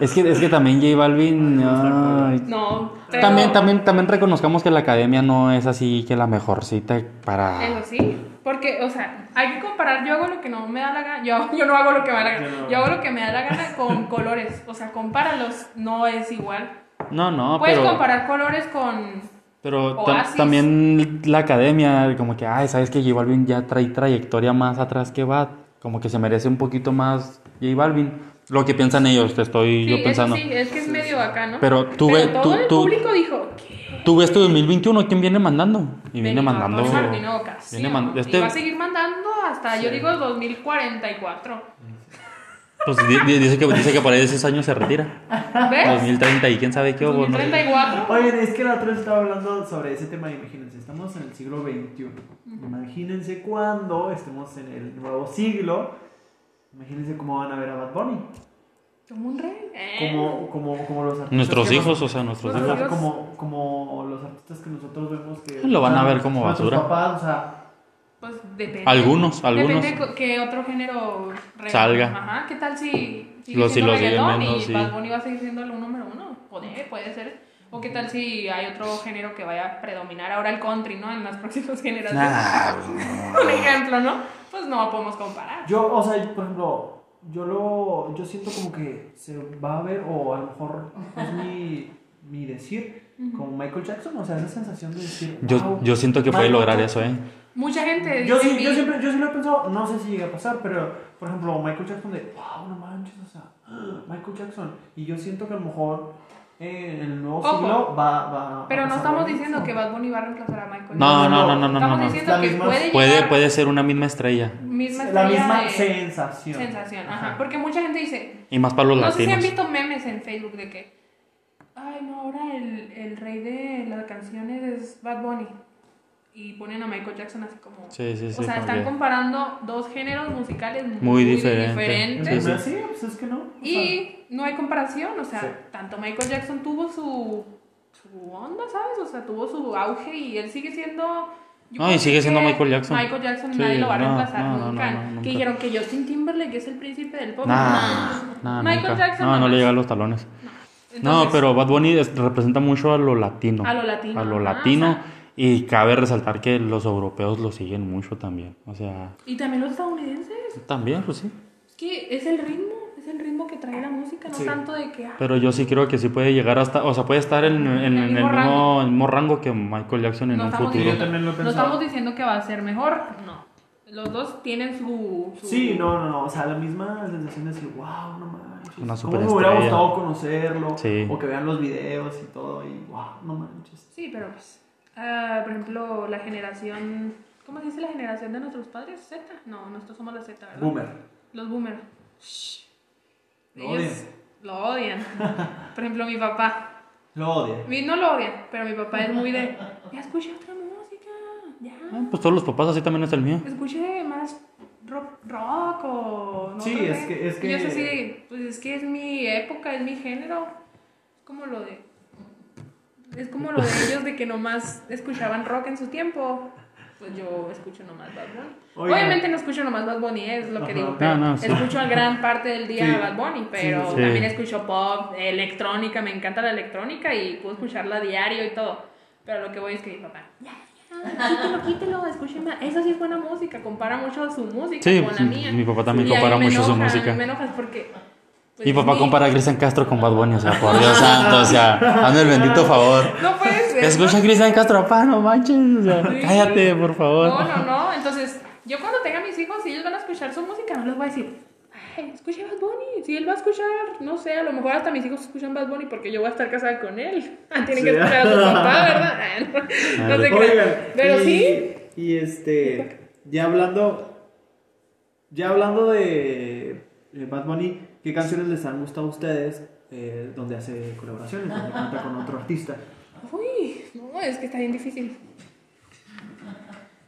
es que, es que también J Balvin. ay, No, pero... También, también, también reconozcamos que la academia no es así que la mejorcita Eso para. sí, porque, o sea, hay que comparar, yo hago lo que no me da la gana, yo, yo no hago lo que me da la Yo gana, no. yo hago lo que me da la gana con colores, o sea, compáralos, no es igual. No, no, Puedes pero. comparar colores con... Pero O tam- Oasis. también la academia, como que, ay, sabes que J Balvin ya trae trayectoria más atrás que Bad. Como que se merece un poquito más J Balvin. Lo que piensan ellos, te estoy Sí, yo pensando. eso sí, es que es medio acá, ¿no? Pero tú ve- todo tú- el tú- público dijo, ¿qué? Tú ves tu 2021, ¿quién viene mandando? Y viene Benito mandando. Juan Martín Ocasio, viene man- y este- va a seguir mandando hasta, yo digo, 2044. Pues di- di- dice que, dice que por ahí de esos años se retira. ¿Ves? 2030 y quién sabe qué. hubo, ¿no? 2034. Oye, es que la otra vez estaba hablando sobre ese tema, imagínense, estamos en el siglo XXI. Imagínense cuando estemos en el nuevo siglo. Imagínense cómo van a ver a Bad Bunny. Como un rey. Eh. Como, como, como los artistas Nuestros que hijos, pues, o sea, nuestros Ajá. hijos. Ajá, como, como los artistas que nosotros vemos que... Lo van a usan ver como nuestros basura. papás, o sea, Pues depende. Algunos, algunos. Depende co- qué otro género regga- Salga. Ajá, ¿qué tal si sigue Los- si siendo los siguen reggaetón viendo, y sí. Bad Bunny va a seguir siendo el número uno? Puede, puede ser. O qué tal si hay otro género que vaya a predominar ahora el country, ¿no? En las próximas generaciones. Un ejemplo, ¿no? Pues no podemos comparar. yo, o sea, por ejemplo, yo lo... Yo siento como que se va a ver, o a lo mejor es mi, mi decir, como Michael Jackson, o sea, esa sensación de decir... Yo, "Wow, yo siento que puede Michael lograr Jackson". eso, ¿eh? Mucha gente Yo sí, dice, yo siempre, yo sí lo he pensado, no sé si llega a pasar, pero por ejemplo, Michael Jackson de, wow, no manches, o sea, ¡ah! Michael Jackson. Y yo siento que a lo mejor eh, en el nuevo Ojo. siglo va, va. a Pero no pasar estamos lo mismo. diciendo que Bad Bunny va a reemplazar a Michael. No, no, no, no, no, no. Estamos no. diciendo La que misma- puede Puede, llegar puede ser una misma estrella. misma La estrella misma de sensación. sensación. Ajá. Porque mucha gente dice, Y más para los No sé si han latinos. visto memes en Facebook de que. Ay, no, ahora el, el rey de las canciones es Bad Bunny. Y ponen a Michael Jackson así como. Sí, sí, sí, O sea, están porque- comparando dos géneros musicales muy, diferente. diferentes. Sí, Sí, sí. sí, pues es que no. o sea, Y no hay comparación, o sea, Sí. tanto Michael Jackson tuvo su, su onda, ¿sabes? O sea, tuvo su auge y él sigue siendo... yo No, y creo sigue que siendo Michael Jackson. Michael Jackson Sí, nadie lo va a no, reemplazar no, no, nunca. no, no, nunca. Que dijeron que Justin Timberlake es el príncipe del pop. Nah, nah, No. Michael nunca. Jackson. No, no le más. llega a los talones. Entonces, no, pero Bad Bunny es- representa mucho a lo latino. A lo latino, A lo ajá, latino. o sea. Y cabe resaltar que los europeos lo siguen mucho también. O sea, Y también los estadounidenses. también, pues sí. Es que es el ritmo, es el ritmo que trae la música, no Sí. tanto de que... ah, Pero yo sí creo que sí puede llegar hasta. O sea, puede estar en, en- En el en el, mismo mismo, rango. el mismo rango que Michael Jackson en no un estamos, futuro. Yo diciendo, también lo he no pensado. estamos diciendo que va a ser mejor, no. Los dos tienen su... su- Sí, no, no, no. O sea, la misma sensación de decir, wow, no manches. Una ¿Cómo me hubiera superestrella. gustado conocerlo? Sí. O que vean los videos y todo, y wow, no manches. Sí, pero pues, ah, por ejemplo, la generación, ¿cómo se dice la generación de nuestros padres? Z. No, nosotros somos la Z, ¿verdad? Boomer. Los boomers. Lo Ellos lo odian. Por ejemplo, mi papá. Lo odia. Mi- No lo odian, pero mi papá es muy de, ya escuché otra música, ya. Ah, Pues todos los papás, así también es el mío. Escuché más rock, rock o... No Sí, sé. es que- es que- Yo sé sí, pues es que es mi época, es mi género. Es como lo de... Es como lo de ellos de que nomás escuchaban rock en su tiempo. Pues yo escucho nomás Bad Bunny. Oiga. Obviamente no escucho nomás Bad Bunny, es lo que Ajá. digo. Pero No, no, sí. Escucho a gran parte del día Sí. a Bad Bunny, pero sí. también Sí. escucho pop, electrónica, me encanta la electrónica y puedo escucharla diario y todo. Pero lo que voy es que mi papá, ya, ya, quítelo, quítelo, escuche más. Esa sí es buena música, compara mucho su música Sí, con la pues, mía. mi papá también Y ahí compara me mucho su enoja, música. Me enojas porque. pues, Y es papá mi- compara a Cristian Castro con Bad Bunny, o sea, por Dios santo, o sea, hazme el bendito favor. No puede ser. ¿no? Escucha a Cristian Castro, papá, no manches, o sea, Sí. cállate, por favor. No, no, no. Entonces, yo cuando tenga mis hijos, si ellos van a escuchar su música, no les voy a decir, ay, escuche Bad Bunny. Si él va a escuchar, no sé, a lo mejor hasta mis hijos escuchan Bad Bunny porque yo voy a estar casada con él. Ah, Tienen que Sí. escuchar a su papá, ¿verdad? Ah, No, no te Oigan, creas. Pero y- sí. Y este, ya hablando, ya hablando de, de Bad Bunny, ¿qué canciones les han gustado a ustedes eh, donde hace colaboraciones, donde canta con otro artista? Uy, no, es que está bien difícil.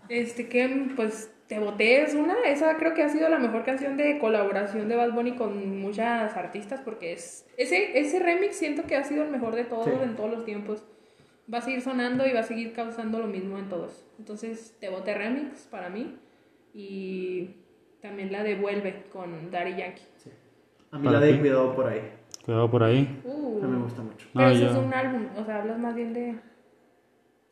Este, que pues te boté es una, esa creo que ha sido la mejor canción de colaboración de Bad Bunny con muchas artistas porque es ese ese remix siento que ha sido el mejor de todos Sí. en todos los tiempos. Va a seguir sonando y va a seguir causando lo mismo en todos. Entonces, te boté remix para mí y también la devuelve con Daddy Yankee. A mí Para la de ti. Cuidado por ahí, Cuidado por ahí. Uh, no me gusta mucho. pero Ah, eso ya. es un álbum, o sea, hablas más bien de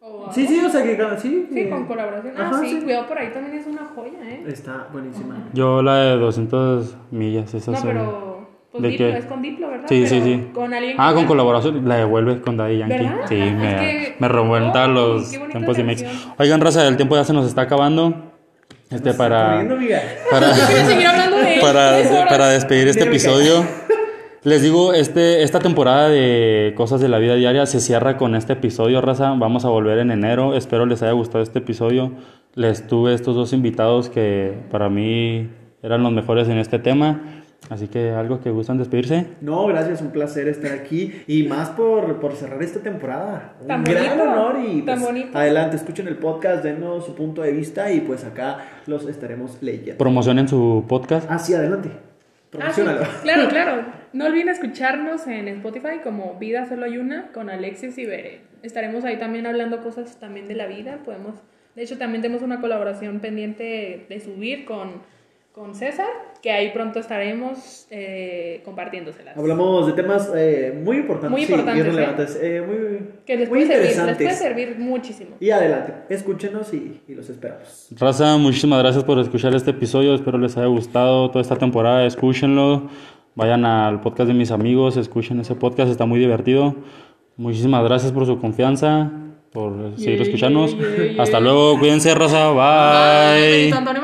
o- Sí, sí, o sea que can- sí, Sí, eh, con colaboración. Ah, Ajá, sí, sí. cuidado por ahí también es una joya, ¿eh? Está buenísima. Yo la de 200 millas, esa No, es pero. Pues ¿De Diplo, qué? es con Diplo, ¿verdad? Sí, sí, Pero sí. Con alguien. Ah, que- con colaboración, la devuelve con Daddy Yankee. ¿Verdad? Sí, Es me, que- me remonta a Oh, los qué bonita tiempos y mix. canción. Oigan, raza, el tiempo ya se nos está acabando. Este, para. Corriendo, amiga. para- Yo quiero seguir hablando de él. tres para, horas. para despedir este Dime que- episodio. Les digo, este, esta temporada de Cosas de la Vida Diaria se cierra con este episodio, raza. Vamos a volver en enero. Espero les haya gustado este episodio. Les tuve estos dos invitados que para mí eran los mejores en este tema. Así que algo que gustan despedirse. No, gracias, un placer estar aquí y más por, por cerrar esta temporada. Un Tan gran bonito, honor y tan pues, bonito. adelante, escuchen el podcast, denos su punto de vista y pues acá los estaremos leyendo. Promocionen su podcast. Ah, sí, adelante. Ah, sí, Promocionalo. claro, claro. No olviden escucharnos en Spotify como Vida Solo Hay Una con Alexis y Bere. Estaremos ahí también hablando cosas también de la vida. Podemos, de hecho, también tenemos una colaboración pendiente de subir con, con César, que ahí pronto estaremos eh, compartiéndoselas. Hablamos de temas eh, muy importantes, Muy sí, importantes, y relevantes, eh, muy, Que les muy puede, servir, les interesantes. puede servir muchísimo. Y adelante, escúchenos y, y los esperamos. Raza, muchísimas gracias por escuchar este episodio. Espero les haya gustado toda esta temporada. Escúchenlo. Vayan al podcast de mis amigos. Escuchen ese podcast. Está muy divertido. Muchísimas gracias por su confianza. Por seguir Yeah, escuchándonos. yeah, yeah, yeah. Hasta luego. Cuídense, raza. Bye. Bye. Benito Antonio